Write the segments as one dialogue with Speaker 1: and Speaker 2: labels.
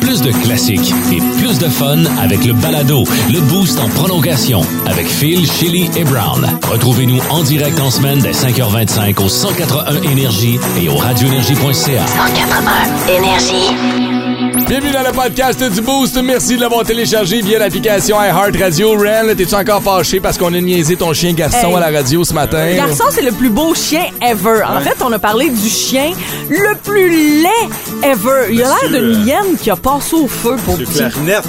Speaker 1: Plus de classiques et plus de fun avec le balado, le boost en prolongation avec Phil, Chili et Brown. Retrouvez-nous en direct en semaine dès 5h25 au 181 Énergie et au radioénergie.ca.
Speaker 2: 181 Énergie.
Speaker 3: Bienvenue dans le podcast du Boost. Merci de l'avoir téléchargé via l'application iHeartRadio. Ren, t'es-tu encore fâché parce qu'on a niaisé ton chien Gaston
Speaker 4: Hey.
Speaker 3: à la radio ce matin?
Speaker 4: Garçon, c'est le plus beau chien ever. En fait, on a parlé du chien le plus laid ever. Il a l'air
Speaker 5: Monsieur,
Speaker 4: d'une hyène qui a passé au feu pour
Speaker 5: Monsieur
Speaker 4: petit.
Speaker 5: Clarinette.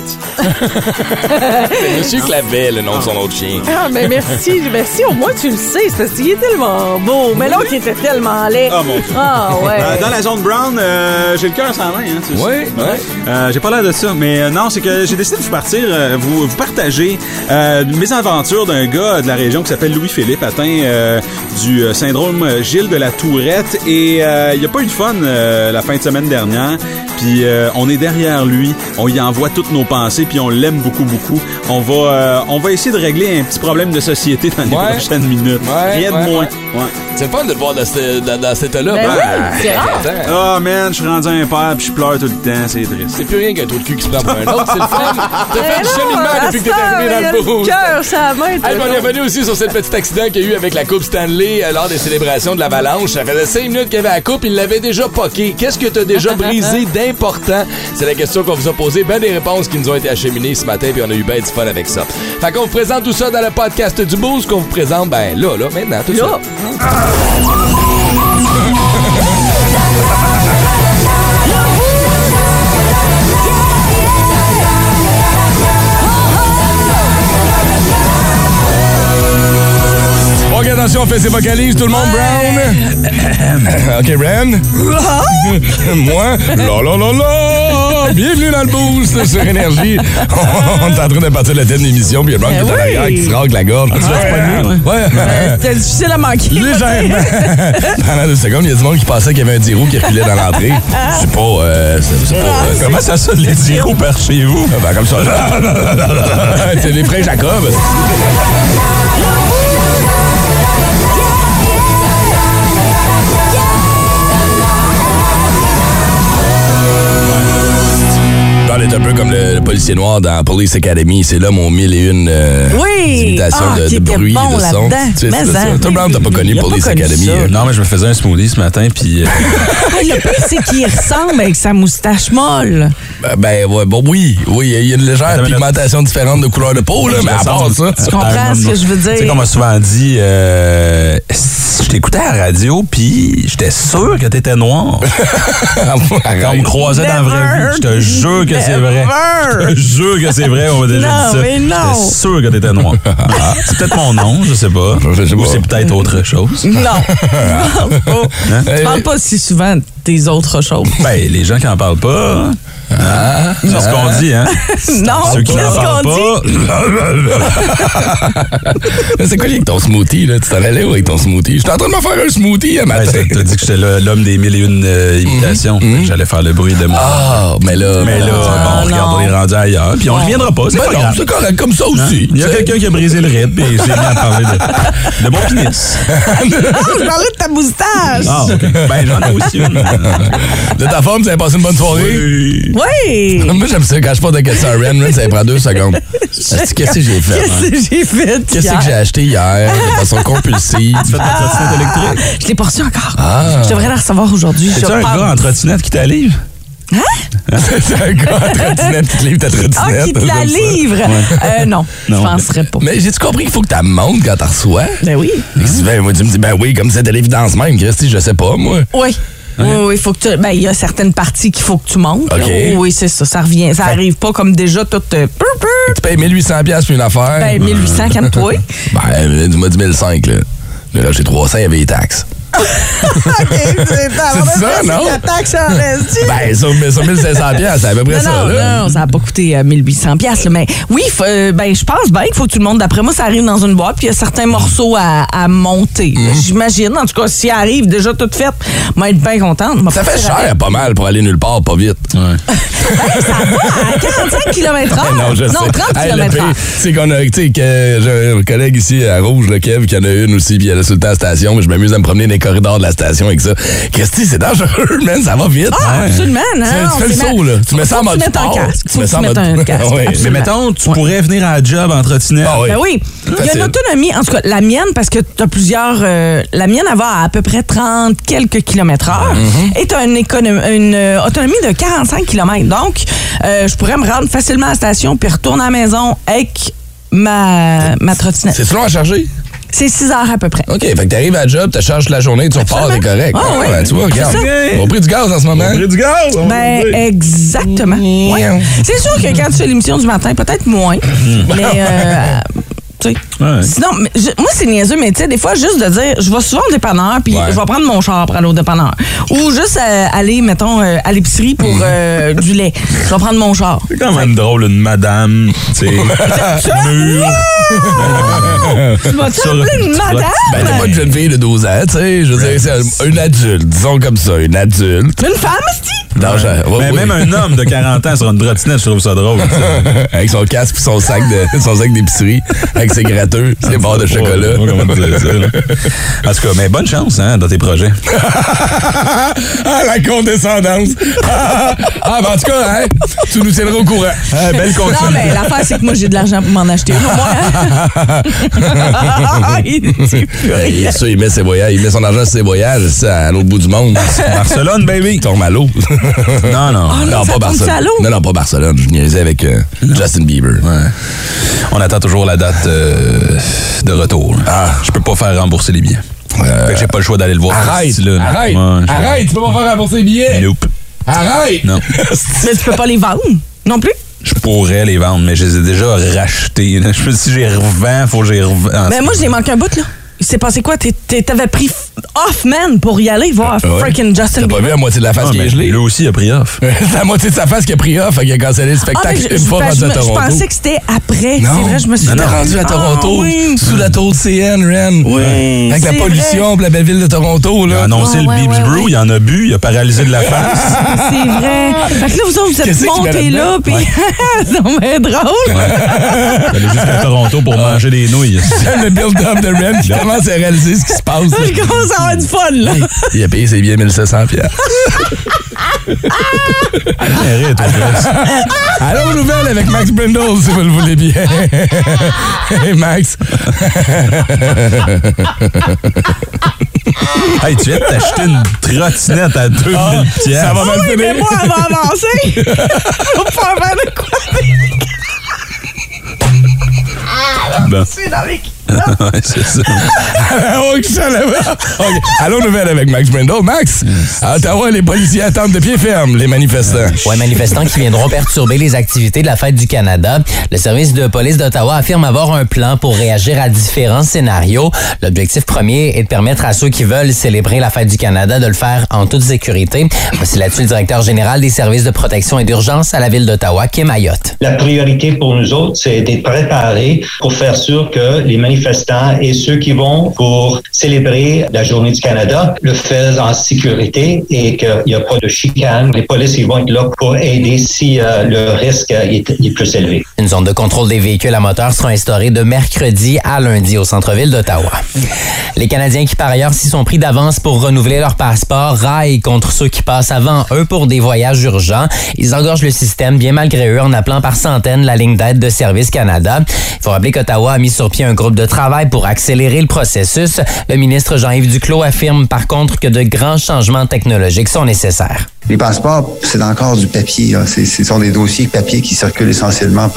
Speaker 6: Monsieur Clavel, le nom de son autre chien.
Speaker 4: Ah, mais merci, merci, au moins tu le sais, c'est parce qu'il est tellement beau. Mais l'autre, il était tellement laid.
Speaker 5: Ah, mon Dieu.
Speaker 4: Ah,
Speaker 5: Euh, dans
Speaker 4: ouais.
Speaker 5: la zone brown, euh, j'ai le cœur sans main. Hein, tu le
Speaker 3: Ouais,
Speaker 5: sais.
Speaker 3: ouais.
Speaker 5: Euh, j'ai pas l'air de ça, mais euh, non, c'est que j'ai décidé de vous partir, euh, vous, vous partager euh, mes aventures d'un gars de la région qui s'appelle Louis-Philippe, atteint euh, du euh, syndrome euh, Gilles de la Tourette. Et euh, il a pas eu de fun euh, la fin de semaine dernière. Puis euh, on est derrière lui, on y envoie toutes nos pensées, puis on l'aime beaucoup, beaucoup. On va, euh, on va essayer de régler un petit problème de société dans les
Speaker 3: Ouais.
Speaker 5: prochaines minutes.
Speaker 3: Ouais,
Speaker 5: Rien
Speaker 3: ouais,
Speaker 5: de moins.
Speaker 3: ouais.
Speaker 5: Ouais.
Speaker 6: C'est le fun de le voir dans, ce- dans- dans cet état-là.
Speaker 4: Ben
Speaker 6: hein?
Speaker 4: oui, c'est rare.
Speaker 6: Attends,
Speaker 5: Ah man, je suis rendu un père puis je pleure tout le temps, c'est triste.
Speaker 3: C'est plus rien qu'un trou de cul qui se prend pour un autre. C'est le fun. T'as
Speaker 4: Mais
Speaker 3: fait du
Speaker 4: Ben non,
Speaker 3: cheminement depuis que t'es
Speaker 4: la sœur,
Speaker 3: arrivé dans le
Speaker 4: il a
Speaker 3: Boost.
Speaker 4: cœur, sa main.
Speaker 3: Hey, ben, on est
Speaker 4: tout.
Speaker 3: revenu aussi sur ce petit accident qu'il y a eu avec la Coupe Stanley euh, lors des célébrations de l'Avalanche. Ça faisait 5 minutes qu'il y avait la Coupe, il l'avait déjà poqué. Qu'est-ce que t'as déjà brisé d'important? C'est la question qu'on vous a posée. Ben des réponses qui nous ont été acheminées ce matin, puis on a eu ben du fun avec ça. Fait qu'on vous présente tout ça dans le podcast du Boost qu'on vous présente, ben là, là, maintenant, tout ça.
Speaker 4: Là.
Speaker 3: Ok, attention, on fait ses vocalises, tout le monde, Brown. Euh, ok, Ren. Moi, la la la la. Bienvenue dans le boost sur Énergie. on est en train de partir le thème de l'émission, puis il y a Brown qui est en
Speaker 4: oui.
Speaker 3: arrière, qui se racle la gorge.
Speaker 5: pas de nous,
Speaker 3: Ben Ah, Ouais, euh,
Speaker 4: C'était difficile à manquer.
Speaker 3: légèrement. Pendant deux secondes, il y a du monde qui pensait qu'il y avait un 10 roues qui reculait dans l'entrée. C'est pas... euh, c'est- c'est pas, euh, comment ça sonne, les 10 roues par chez vous? Ah, ben, comme ça. c'est les frères Jacob. Parle est un peu comme le, le policier noir dans Police Academy. C'est l'homme aux mille et une euh,
Speaker 4: Oui.
Speaker 3: imitations
Speaker 4: Ah,
Speaker 3: de,
Speaker 4: qui
Speaker 3: de
Speaker 4: était
Speaker 3: bruit,
Speaker 4: bon
Speaker 3: de son.
Speaker 4: là-dedans.
Speaker 3: Tu sais,
Speaker 4: Mais
Speaker 3: c'est
Speaker 4: hein.
Speaker 3: ça. Tom Brown, t'as pas connu
Speaker 4: Il a pas
Speaker 3: Police
Speaker 4: connu
Speaker 3: Academy.
Speaker 4: ça.
Speaker 3: euh,
Speaker 7: Non, mais je me faisais un smoothie ce matin, puis. euh,
Speaker 4: Ah, Le pire, c'est qu'il ressemble avec sa moustache molle.
Speaker 3: Ben, ben, ouais, bon, oui, oui, il y a une légère pigmentation différente de couleur de peau, là, mais à part ça.
Speaker 4: Tu comprends ce que je veux dire?
Speaker 7: Tu sais qu'on m'a souvent dit, euh, je t'écoutais à la radio, puis j'étais sûr que t'étais noir.
Speaker 3: Ah,
Speaker 7: Quand on me croisait dans la vraie
Speaker 4: Never.
Speaker 7: vie, je te jure que c'est vrai.
Speaker 4: Never.
Speaker 7: Je te jure que c'est vrai, on m'a déjà
Speaker 4: Non,
Speaker 7: dit ça.
Speaker 4: mais non.
Speaker 7: J'étais sûr que t'étais noir. Ah, c'est peut-être mon nom, je sais pas.
Speaker 3: Je sais pas.
Speaker 7: Ou c'est peut-être autre chose.
Speaker 4: Non. Hein? Je pense pas. Tu parles pas si souvent des autres choses.
Speaker 7: Ben, les gens qui en parlent pas. hein.
Speaker 3: Ah.
Speaker 7: c'est ce qu'on dit, hein?
Speaker 4: Non,
Speaker 7: Ceux qui n'en
Speaker 4: qu'est-ce
Speaker 7: parlent
Speaker 4: qu'on dit?
Speaker 7: pas.
Speaker 3: C'est quoi avec ton smoothie, là? Tu t'en allais où avec ton smoothie? J'étais en train de me faire un smoothie un
Speaker 7: Ouais,
Speaker 3: matin.
Speaker 7: t'as- T'as dit que j'étais le- l'homme des mille et une euh,
Speaker 5: Mm-hmm.
Speaker 7: imitations. Fait que J'allais faire le bruit de moi.
Speaker 3: Ah, mais là. ah,
Speaker 7: Mais là, bon, regarde, on est rendu ailleurs. Puis on reviendra pas, c'est
Speaker 3: Ben
Speaker 7: pas
Speaker 3: non,
Speaker 7: grave. Hein?
Speaker 3: c'est correct, comme ça aussi.
Speaker 7: Il y a quelqu'un qui a brisé le rythme et j'ai bien parlé de, de mon pénis.
Speaker 4: Ah, je parlais de ta moustache.
Speaker 7: Ah, OK. Ben, j'en ai aussi une.
Speaker 3: De ta forme, tu as passé une bonne soirée?
Speaker 4: Oui.
Speaker 3: Moi, j'aime ça. Quand je pose des questions à Ren, Ren, ça lui prend deux secondes. Qu'est-ce que j'ai fait? hein?
Speaker 4: Qu'est-ce que j'ai fait?
Speaker 3: Qu'est-ce que j'ai
Speaker 4: hier?
Speaker 3: acheté hier de façon compulsive?
Speaker 4: Je l'ai pas reçu encore. Je devrais la recevoir aujourd'hui.
Speaker 7: C'est
Speaker 4: je
Speaker 7: un
Speaker 4: pense.
Speaker 7: gars en trottinette qui t'allive?
Speaker 3: C'est un gars en trottinette qui te livre ta trottinette.
Speaker 4: Hein? Ah, qui te la
Speaker 3: J'aime ça.
Speaker 4: livre. Euh, non, je
Speaker 7: Non.
Speaker 4: penserais pas.
Speaker 3: Mais j'ai-tu compris qu'il faut que tu montes quand t'en reçois?
Speaker 4: Ben oui.
Speaker 3: Et si tu fais- moi, tu me dis, ben oui, comme c'est de l'évidence même, Christy, je sais pas, moi.
Speaker 4: Oui. Oui, oui, faut que tu. Ben, il y a certaines parties qu'il faut que tu montes.
Speaker 3: OK.
Speaker 4: Oui, Oui, c'est ça. Ça revient. Ça arrive pas comme déjà tout. euh, pur, pur.
Speaker 3: Tu payes 1800$ piastres pour une affaire.
Speaker 4: Ben, 1800, calme-toi.
Speaker 3: Ben, dis-moi 2005, là. Mais là, j'ai 300, il y avait les taxes. C'est ça, non?
Speaker 4: Ah, ben, La taxe en reste.
Speaker 3: Ben, sur, sur 1500$, piastres, c'est à peu près
Speaker 4: Non,
Speaker 3: ça,
Speaker 4: non,
Speaker 3: là.
Speaker 4: non, ça n'a pas coûté euh, 1800 pièces, mais oui, faut- euh, ben je pense bien qu'il faut que tout le monde. D'après moi, ça arrive dans une boîte, puis il y a certains morceaux à, à monter.
Speaker 3: Mhm.
Speaker 4: J'imagine, en tout cas, si ça arrive déjà toute faite, moi être bien contente. M'a
Speaker 3: Ça
Speaker 4: pas
Speaker 3: fait cher, pas mal, pour aller nulle part, pas vite.
Speaker 4: Hey, ça va à 45 km h
Speaker 3: Eh non, je sais.
Speaker 4: 30
Speaker 3: Hey, le
Speaker 4: km
Speaker 3: pire,
Speaker 4: h
Speaker 3: C'est qu'on a, tu sais, que j'ai un collègue ici à Rouge, le Kev, qui en a une aussi, puis elle est sur le temps station, mais je m'amuse à me promener dans les corridors de la station avec ça. Christy, c'est dangereux, man, ça va vite.
Speaker 4: Ah,
Speaker 3: Ouais.
Speaker 4: absolument, non,
Speaker 3: Tu- Tu fais
Speaker 4: on
Speaker 3: le
Speaker 4: s'est
Speaker 3: saut,
Speaker 4: mal-
Speaker 3: là. Tu mets
Speaker 4: faut
Speaker 3: ça en
Speaker 4: que tu
Speaker 3: mode
Speaker 4: mettes un
Speaker 3: sport.
Speaker 4: casque, faut
Speaker 3: mets
Speaker 4: que
Speaker 3: ça en
Speaker 4: tu
Speaker 3: mode.
Speaker 4: mettes un casque,
Speaker 3: Ouais.
Speaker 5: Mais
Speaker 4: absolument.
Speaker 5: mettons, tu pourrais venir à la job en trottinette.
Speaker 3: Ah
Speaker 4: Ben oui. Il y a
Speaker 3: Facile.
Speaker 4: l'autonomie, en tout cas, la mienne, parce que tu as plusieurs. euh, la mienne, elle va à, à peu près 30 quelques kilomètres heure
Speaker 3: Mhm.
Speaker 4: et tu as une, économ- une euh, autonomie de 45 km. Donc, euh, je pourrais me rendre facilement à la station puis retourner à la maison avec ma, ma trottinette.
Speaker 3: C'est long à charger?
Speaker 4: C'est 6 heures à peu près.
Speaker 3: OK, fait que t'arrives à la job, t'as charges la journée, tu repars, t'es correct.
Speaker 4: Ah, ouais.
Speaker 3: ben, tu vois, regarde.
Speaker 5: C'est ça.
Speaker 3: On a pris du gaz en ce moment.
Speaker 5: du gaz! on
Speaker 4: Ben,
Speaker 5: va dire.
Speaker 4: exactement. Ouais. C'est sûr que quand tu fais l'émission du matin, peut-être moins. mais. euh, tu sais.
Speaker 5: Ouais.
Speaker 4: Sinon, mais je- moi, c'est niaiseux, mais tu sais, des fois, juste de dire, je vais souvent au dépanneur, puis
Speaker 3: Ouais.
Speaker 4: je vais prendre mon char pour aller au dépanneur. Ou juste euh, aller, mettons, euh, à l'épicerie pour euh, du lait. Je vais prendre mon char.
Speaker 5: C'est quand même drôle, une madame, tu sais, mûre.
Speaker 4: Tu m'as-tu
Speaker 5: Sur-
Speaker 4: appelé une
Speaker 5: tu vas-
Speaker 4: madame?
Speaker 3: Ben, t'es pas une jeune fille de 12 ans, tu sais. Je veux dire, c'est un- une adulte, disons comme ça, une adulte.
Speaker 4: une femme, esti?
Speaker 3: Dangereux. Ouais,
Speaker 5: Ben,
Speaker 3: oui.
Speaker 5: même un homme de 40 ans sur une trottinette, je trouve ça drôle. tu sais.
Speaker 3: Avec son casque pis son sac de son sac d'épicerie, avec ses gratteux, ses barres de chocolat.
Speaker 5: Je sais pas comment te dire ça, là. En tout cas, mais bonne chance hein, dans tes projets.
Speaker 3: Ah, la condescendance! Ah, ah, ben, en tout cas, hein, tu nous tiendras au courant.
Speaker 5: Ah, belle con-
Speaker 4: Non, mais l'affaire, c'est que moi, j'ai de l'argent pour m'en acheter. une, au moins. Il dit plus rien.
Speaker 3: Il, ça, il met ses voyages, il met son argent sur ses voyages, ça, à l'autre bout du monde.
Speaker 5: Barcelone, baby!
Speaker 3: Il tombe à l'eau. Ah,
Speaker 5: Non, Ah, non.
Speaker 4: non, ça
Speaker 3: pas
Speaker 4: tombe ça à
Speaker 3: Barcelone.
Speaker 4: l'eau?
Speaker 3: Non, non, pas Barcelone. Je niaisais avec euh, Justin Bieber.
Speaker 5: On attend toujours la date euh, de retour. Ah. Je peux pas faire rembourser les billets. Fait que j'ai pas le choix d'aller le voir.
Speaker 3: Arrête!
Speaker 5: Là.
Speaker 3: Arrête!
Speaker 5: Ouais, je-
Speaker 3: arrête! Tu peux pas faire rembourser les billets!
Speaker 5: Nope.
Speaker 3: Arrête!
Speaker 5: Non.
Speaker 4: Mais tu peux pas les vendre non plus?
Speaker 5: Je pourrais les vendre, mais je les ai déjà rachetés. là. Je me si j'ai revends, faut que j'ai
Speaker 3: Ah,
Speaker 5: revends.
Speaker 4: Ben moi, j'ai manqué un bout, là. Il s'est passé quoi? T'es- t'es- T'avais pris f- off, man, pour y aller voir
Speaker 3: Ah Ouais.
Speaker 4: freaking Justin
Speaker 3: T'as pas
Speaker 4: Bieber.
Speaker 3: vu la moitié de la face
Speaker 5: Ah,
Speaker 3: qui
Speaker 5: mais
Speaker 3: est gelée?
Speaker 5: lui aussi a pris off.
Speaker 3: C'est la moitié de sa face qui a pris off, fait qu'il a cancellé le
Speaker 4: Ah, mais
Speaker 3: spectacle
Speaker 4: je,
Speaker 3: une
Speaker 4: je-
Speaker 3: fois
Speaker 4: ben,
Speaker 3: rendu
Speaker 4: je
Speaker 3: à
Speaker 4: me- je
Speaker 3: Toronto.
Speaker 4: pensais que c'était après.
Speaker 3: Non.
Speaker 4: C'est vrai, je me suis
Speaker 3: Non, non,
Speaker 4: dit-
Speaker 3: rendu à
Speaker 4: Ah,
Speaker 3: Toronto,
Speaker 4: oui.
Speaker 3: sous la tour de CN, Ren.
Speaker 4: Oui,
Speaker 3: Avec la
Speaker 4: c'est
Speaker 3: pollution, pis la belle ville de Toronto,
Speaker 5: Il a
Speaker 3: là.
Speaker 5: annoncé
Speaker 4: Ouais,
Speaker 5: le
Speaker 4: ouais,
Speaker 5: Bibbs
Speaker 4: ouais,
Speaker 5: Brew,
Speaker 4: ouais.
Speaker 5: il en a bu, il a paralysé de la face.
Speaker 4: C'est vrai. Fait que là, vous autres, vous
Speaker 3: Qu'est-ce
Speaker 4: êtes
Speaker 3: que tu
Speaker 4: montés
Speaker 3: mets
Speaker 4: là, puis c'est vraiment drôle.
Speaker 5: Il est jusqu'à Toronto pour manger des nouilles.
Speaker 3: le build-up de Ren, qui commence à réaliser ce qui se passe.
Speaker 4: Je commence à avoir du fun, là.
Speaker 3: Il a payé ses billets 1700 piastres.
Speaker 5: Arrête, toi, Chris.
Speaker 3: Allons aux nouvelles avec Max Brindle, si vous le voulez bien. hey, Max.
Speaker 5: Hey, tu viens de t'acheter une trottinette à 2000 pièces.
Speaker 3: ça va mal
Speaker 4: Oui, mais
Speaker 3: finir.
Speaker 4: moi, elle va avancer. Faut pas faire de quoi.
Speaker 5: Ouais, c'est ça.
Speaker 3: Oh, que ça là OK. Allons aux nouvelles avec Max Brindle. Max, à Ottawa, les policiers attendent de pied ferme les manifestants.
Speaker 8: Ouais, manifestants qui viendront perturber les activités de la Fête du Canada. Le service de police d'Ottawa affirme avoir un plan pour réagir à différents scénarios. L'objectif premier est de permettre à ceux qui veulent célébrer la Fête du Canada de le faire en toute sécurité. Voici là-dessus le directeur général des services de protection et d'urgence à la ville d'Ottawa, Kim Ayotte.
Speaker 9: La priorité pour nous autres, c'est d'être préparés pour faire sûr que les manifestants et ceux qui vont pour célébrer la Journée du Canada le fassent en sécurité et qu'il n'y a pas de chicane. Les polices, ils vont être là pour aider si euh, le risque euh, est- est plus élevé.
Speaker 8: Une zone de contrôle des véhicules à moteur sera instaurée de mercredi à lundi au centre-ville d'Ottawa. Les Canadiens qui par ailleurs s'y sont pris d'avance pour renouveler leur passeport raillent contre ceux qui passent avant eux pour des voyages urgents. Ils engorgent le système bien malgré eux en appelant par centaines la ligne d'aide de Service Canada. Il faut rappeler qu'Ottawa a mis sur pied un groupe de travail pour accélérer le processus. Le ministre Jean-Yves Duclos affirme par contre que de grands changements technologiques sont nécessaires.
Speaker 10: Les passeports, c'est encore du papier. là. C'est- Ce sont des dossiers papier qui circulent essentiellement.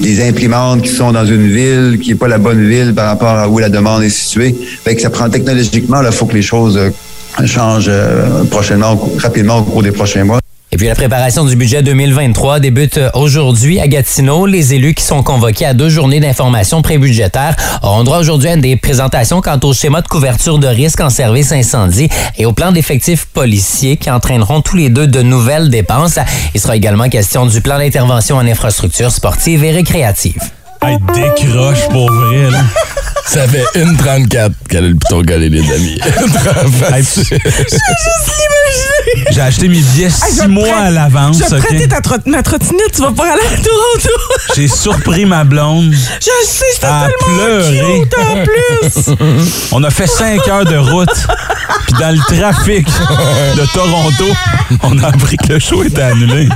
Speaker 10: Des imprimantes qui sont dans une ville, qui n'est pas la bonne ville par rapport à où la demande est située. Fait que ça prend technologiquement, il faut que les choses euh, changent euh, prochainement, au cou- rapidement au cours des prochains mois.
Speaker 8: Et puis la préparation du budget 2023 débute euh, aujourd'hui à Gatineau. Les élus qui sont convoqués à deux journées d'information prébudgétaire auront droit aujourd'hui à une des présentations quant au schéma de couverture de risque en service incendie et au plan d'effectifs policiers qui entraîneront tous les deux de nouvelles dépenses. Il sera également question du plan d'intervention en infrastructure sportive et récréative.
Speaker 5: Hey, décroche pour vrai, là.
Speaker 3: Ça fait une 34 qu'elle a le piton collé, les amis.
Speaker 5: Hey, tu-
Speaker 4: Je l'imagine.
Speaker 5: J'ai acheté mes billets
Speaker 4: Hey, je
Speaker 5: six
Speaker 4: vais te
Speaker 5: mois
Speaker 4: prêter-
Speaker 5: à
Speaker 4: Je
Speaker 5: l'avance.
Speaker 4: vais te
Speaker 5: ok?
Speaker 4: prêter ta trot- ma trottinette, tu vas pas aller à Toronto.
Speaker 5: J'ai surpris ma blonde.
Speaker 4: je sais, c'était
Speaker 5: à
Speaker 4: tellement
Speaker 5: pleurer.
Speaker 4: cute en plus.
Speaker 5: On a fait cinq heures de route. Puis dans le trafic de Toronto, on a appris que le show était annulé.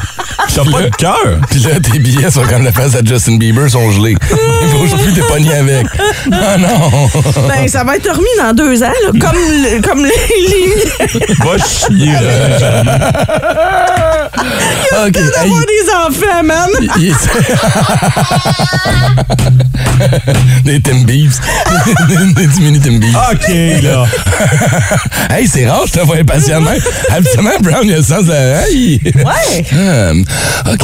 Speaker 5: T'as pas de cœur.
Speaker 3: Puis là, tes billets sont comme la face à Justin Bieber, sont gelés. Il faut plus t'es pogné avec. Non, non.
Speaker 4: Ben, ça va être remis dans deux ans, là, comme, le- comme les, les
Speaker 5: Va chier. là.
Speaker 3: OK. hey,
Speaker 4: d'avoir des enfants, man.
Speaker 3: il- il est- Des Tim Beeves. Des- des petits mini Tim Beeves.
Speaker 5: OK, là.
Speaker 3: Hey, c'est rare, je te vois impatiemment. Habituellement, Brown, il a le sens de. Hey!
Speaker 4: Ouais.
Speaker 3: Hum, OK.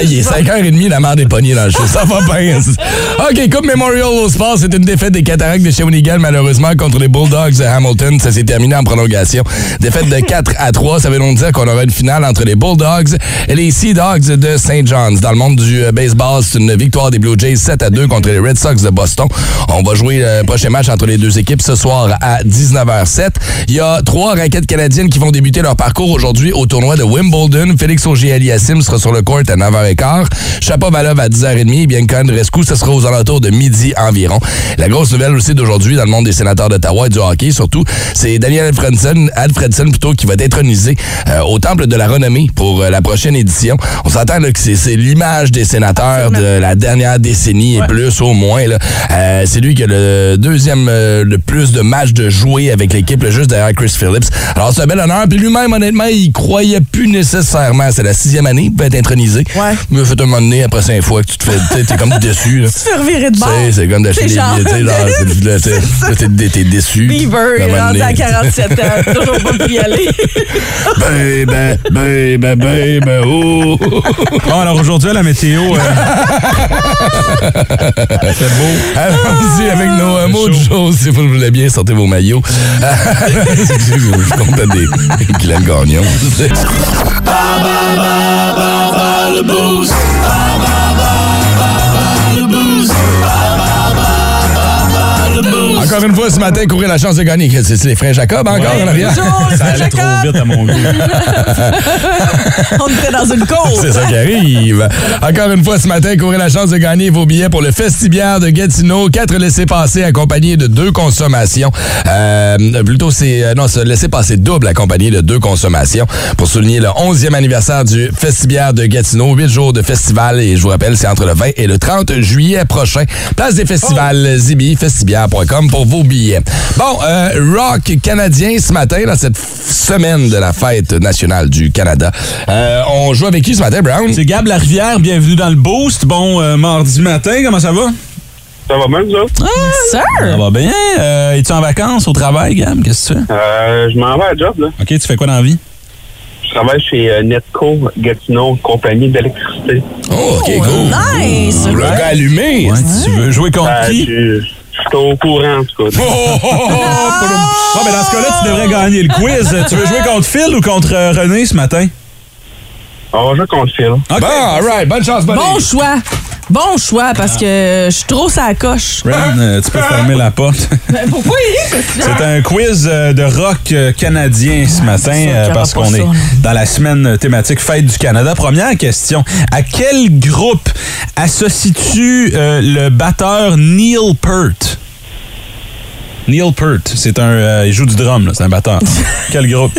Speaker 3: Hey, Il est 5h30, la mère des pognés dans le show. Ça va bien. OK, Coupe Memorial au sport, c'est une défaite des Cataractes de Shawinigan, malheureusement, contre les Bulldogs de Hamilton. Ça s'est terminé en prolongation. Défaite de 4 à 3. Ça veut donc dire qu'on aura une finale entre les Bulldogs et les Sea Dogs de St. John's. Dans le monde du euh, baseball, c'est une victoire des Blue Jays 7 à 2 contre les Red Sox de Boston. On va jouer le prochain match entre les deux équipes ce soir à 19h07. Il y a trois raquettes canadiennes qui vont débuter leur parcours aujourd'hui au tournoi de Wimbledon. Félix Auger-Aliassime sera sur le court à 9h15. Chapovalov à 10h30 et Bianca Andreescu, ce sera aux alentours de midi environ. La grosse nouvelle aussi d'aujourd'hui dans le monde des sénateurs d'Ottawa et du hockey, surtout, c'est Daniel Alfredson, Alfredson plutôt, qui va être intronisé euh, au Temple de la Renommée pour euh, la prochaine édition. On s'entend là, que c'est c'est l'image des sénateurs de la dernière décennie et plus au moins. là. Euh, c'est lui qui a le deuxième euh, le plus de matchs de jouer avec l'équipe, là, juste derrière Chris Phillips. Alors c'est un bel honneur. Puis lui-même, honnêtement, il croyait plus nécessairement. C'est la sixième année, il peut être intronisé.
Speaker 4: Ouais.
Speaker 3: Mais fait un moment donné, après cinq fois, que tu te fais. t'es- T'es comme déçu. là.
Speaker 4: Tu te fais revirer de
Speaker 3: Tu
Speaker 4: bord.
Speaker 3: sais, c'est comme d'acheter
Speaker 4: C'est
Speaker 3: des
Speaker 4: genre-
Speaker 3: billets, tu sais, genre, c'est- là, t'es- là, t'es- t'es- t'es déçu.
Speaker 4: Beaver
Speaker 3: À un
Speaker 4: est
Speaker 3: moment
Speaker 4: rendu
Speaker 3: donné,
Speaker 4: à 47 ans, toujours pas pu y aller.
Speaker 3: Baby, baby, baby, oh.
Speaker 5: Bon, alors aujourd'hui, à la météo. euh, c'est beau.
Speaker 3: Allons-y avec nos euh, mots de
Speaker 5: chaud.
Speaker 3: jour, si vous le voulez bien, sortez vos maillots. Je compte à des Guylaine Gagnon. Encore une fois, ce matin, courir la chance de gagner. C'est c'est les frères Jacob hein, encore en arrière?
Speaker 4: Bonjour,
Speaker 5: Ça
Speaker 4: c'est
Speaker 5: allait
Speaker 4: Ah, Jacob.
Speaker 5: trop vite à mon goût.
Speaker 4: On était dans une cour.
Speaker 3: C'est ça qui arrive. Encore une fois, ce matin, courez la chance de gagner vos billets pour le Festibière de Gatineau. Quatre laissés-passer accompagnés de deux consommations. Euh, plutôt, c'est... euh, non, c'est laissé-passer double accompagné de deux consommations pour souligner le 11e anniversaire du Festibière de Gatineau. Huit jours de festival et je vous rappelle, c'est entre le 20 et le 30 juillet prochain. Place des festivals,
Speaker 5: Oh.
Speaker 3: Zibi, festibière.com pour vos billets. Bon, euh, rock canadien ce matin, dans cette f- semaine de la fête nationale du Canada. Euh, on joue avec qui ce matin, Brown?
Speaker 5: C'est Gab Larivière, bienvenue dans le Boost. Bon euh, mardi matin, comment ça va?
Speaker 6: Ça va bien, vous autres?
Speaker 4: Sir!
Speaker 3: Ah
Speaker 5: Ça va bien. Euh, Es-tu en vacances, au travail, Gab? Qu'est-ce que tu fais?
Speaker 6: Euh, je m'en vais à job, là.
Speaker 5: OK, tu fais quoi dans la vie?
Speaker 6: Je travaille chez euh, Netco Gatineau, compagnie d'électricité.
Speaker 3: Oh, OK, cool.
Speaker 4: Nice!
Speaker 3: Le gars allumé.
Speaker 5: Ouais, Tu veux jouer contre
Speaker 6: Euh,
Speaker 5: qui?
Speaker 6: je je suis au courant, en tout cas.
Speaker 3: Oh, oh, oh, oh, oh.
Speaker 5: Ah, ben dans ce cas-là, tu devrais gagner le quiz. tu veux jouer contre Phil ou contre euh, René ce matin?
Speaker 6: On va jouer contre Phil.
Speaker 5: OK.
Speaker 3: Bon, all right. Bonne chance, buddy.
Speaker 4: Bon choix! Bon choix, parce que je suis trop sa coche.
Speaker 5: Ren, euh, tu peux fermer la porte.
Speaker 4: Pourquoi il
Speaker 5: C'est un quiz euh, de rock euh, canadien ce matin
Speaker 4: c'est sûr
Speaker 5: euh,
Speaker 4: qu'il y
Speaker 5: parce
Speaker 4: aura pas
Speaker 5: qu'on
Speaker 4: ça,
Speaker 5: est
Speaker 4: là.
Speaker 5: dans la semaine euh, thématique Fête du Canada. Première question. À quel groupe associes-tu euh, le batteur Neil Peart? Neil Peart, c'est un. euh, il joue du drum, là, c'est un batteur. quel groupe?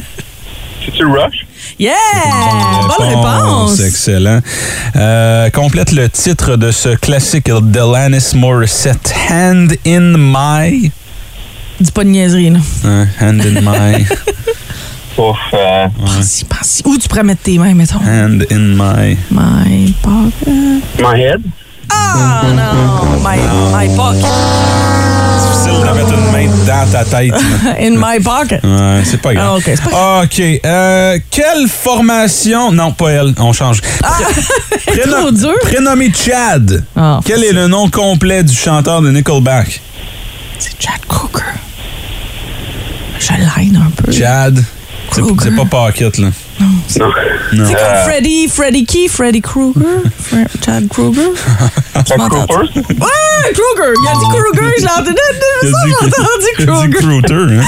Speaker 6: C'est-tu Rush?
Speaker 4: Yeah! Bonne réponse!
Speaker 5: Excellent. Euh, complète le titre de ce classique d'Alanis Morissette, Hand in My.
Speaker 4: Dis pas de niaiserie, là.
Speaker 5: Hein, hand in My.
Speaker 6: Ouf, euh,
Speaker 4: Pense-y, pense-y. Où tu pourrais mettre tes mains, mettons?
Speaker 3: Hein?
Speaker 5: Hand in My.
Speaker 4: My pocket.
Speaker 6: My Head?
Speaker 4: Ah non! My, my pocket.
Speaker 5: difficile de mettre une main dans ta tête.
Speaker 4: In my pocket.
Speaker 5: Ouais, c'est pas grave.
Speaker 4: Ah, ok, c'est pas
Speaker 5: OK. euh, quelle formation. Non, pas elle. On change. Prénom-
Speaker 4: trop dur.
Speaker 5: Prénommé Chad.
Speaker 4: Ah.
Speaker 5: Quel est le nom complet du chanteur de Nickelback?
Speaker 4: C'est Chad Cooker. Je l'aide un peu.
Speaker 5: Chad. C'est
Speaker 4: Kroger.
Speaker 5: c'est pas Pocket, là.
Speaker 6: Non.
Speaker 4: C'est comme
Speaker 6: Euh,
Speaker 4: Freddy, Freddy qui? Freddy Krueger? Fre- Chad Krueger? Ah, Tu m'entends?
Speaker 6: Cooper?
Speaker 4: Ouais, Krueger! Il a dit Krueger, je l'ai entendu.
Speaker 5: Il a
Speaker 4: Ça,
Speaker 5: dit-
Speaker 4: j'ai entendu
Speaker 5: il a dit
Speaker 4: Krueger.
Speaker 5: Crooter, hein?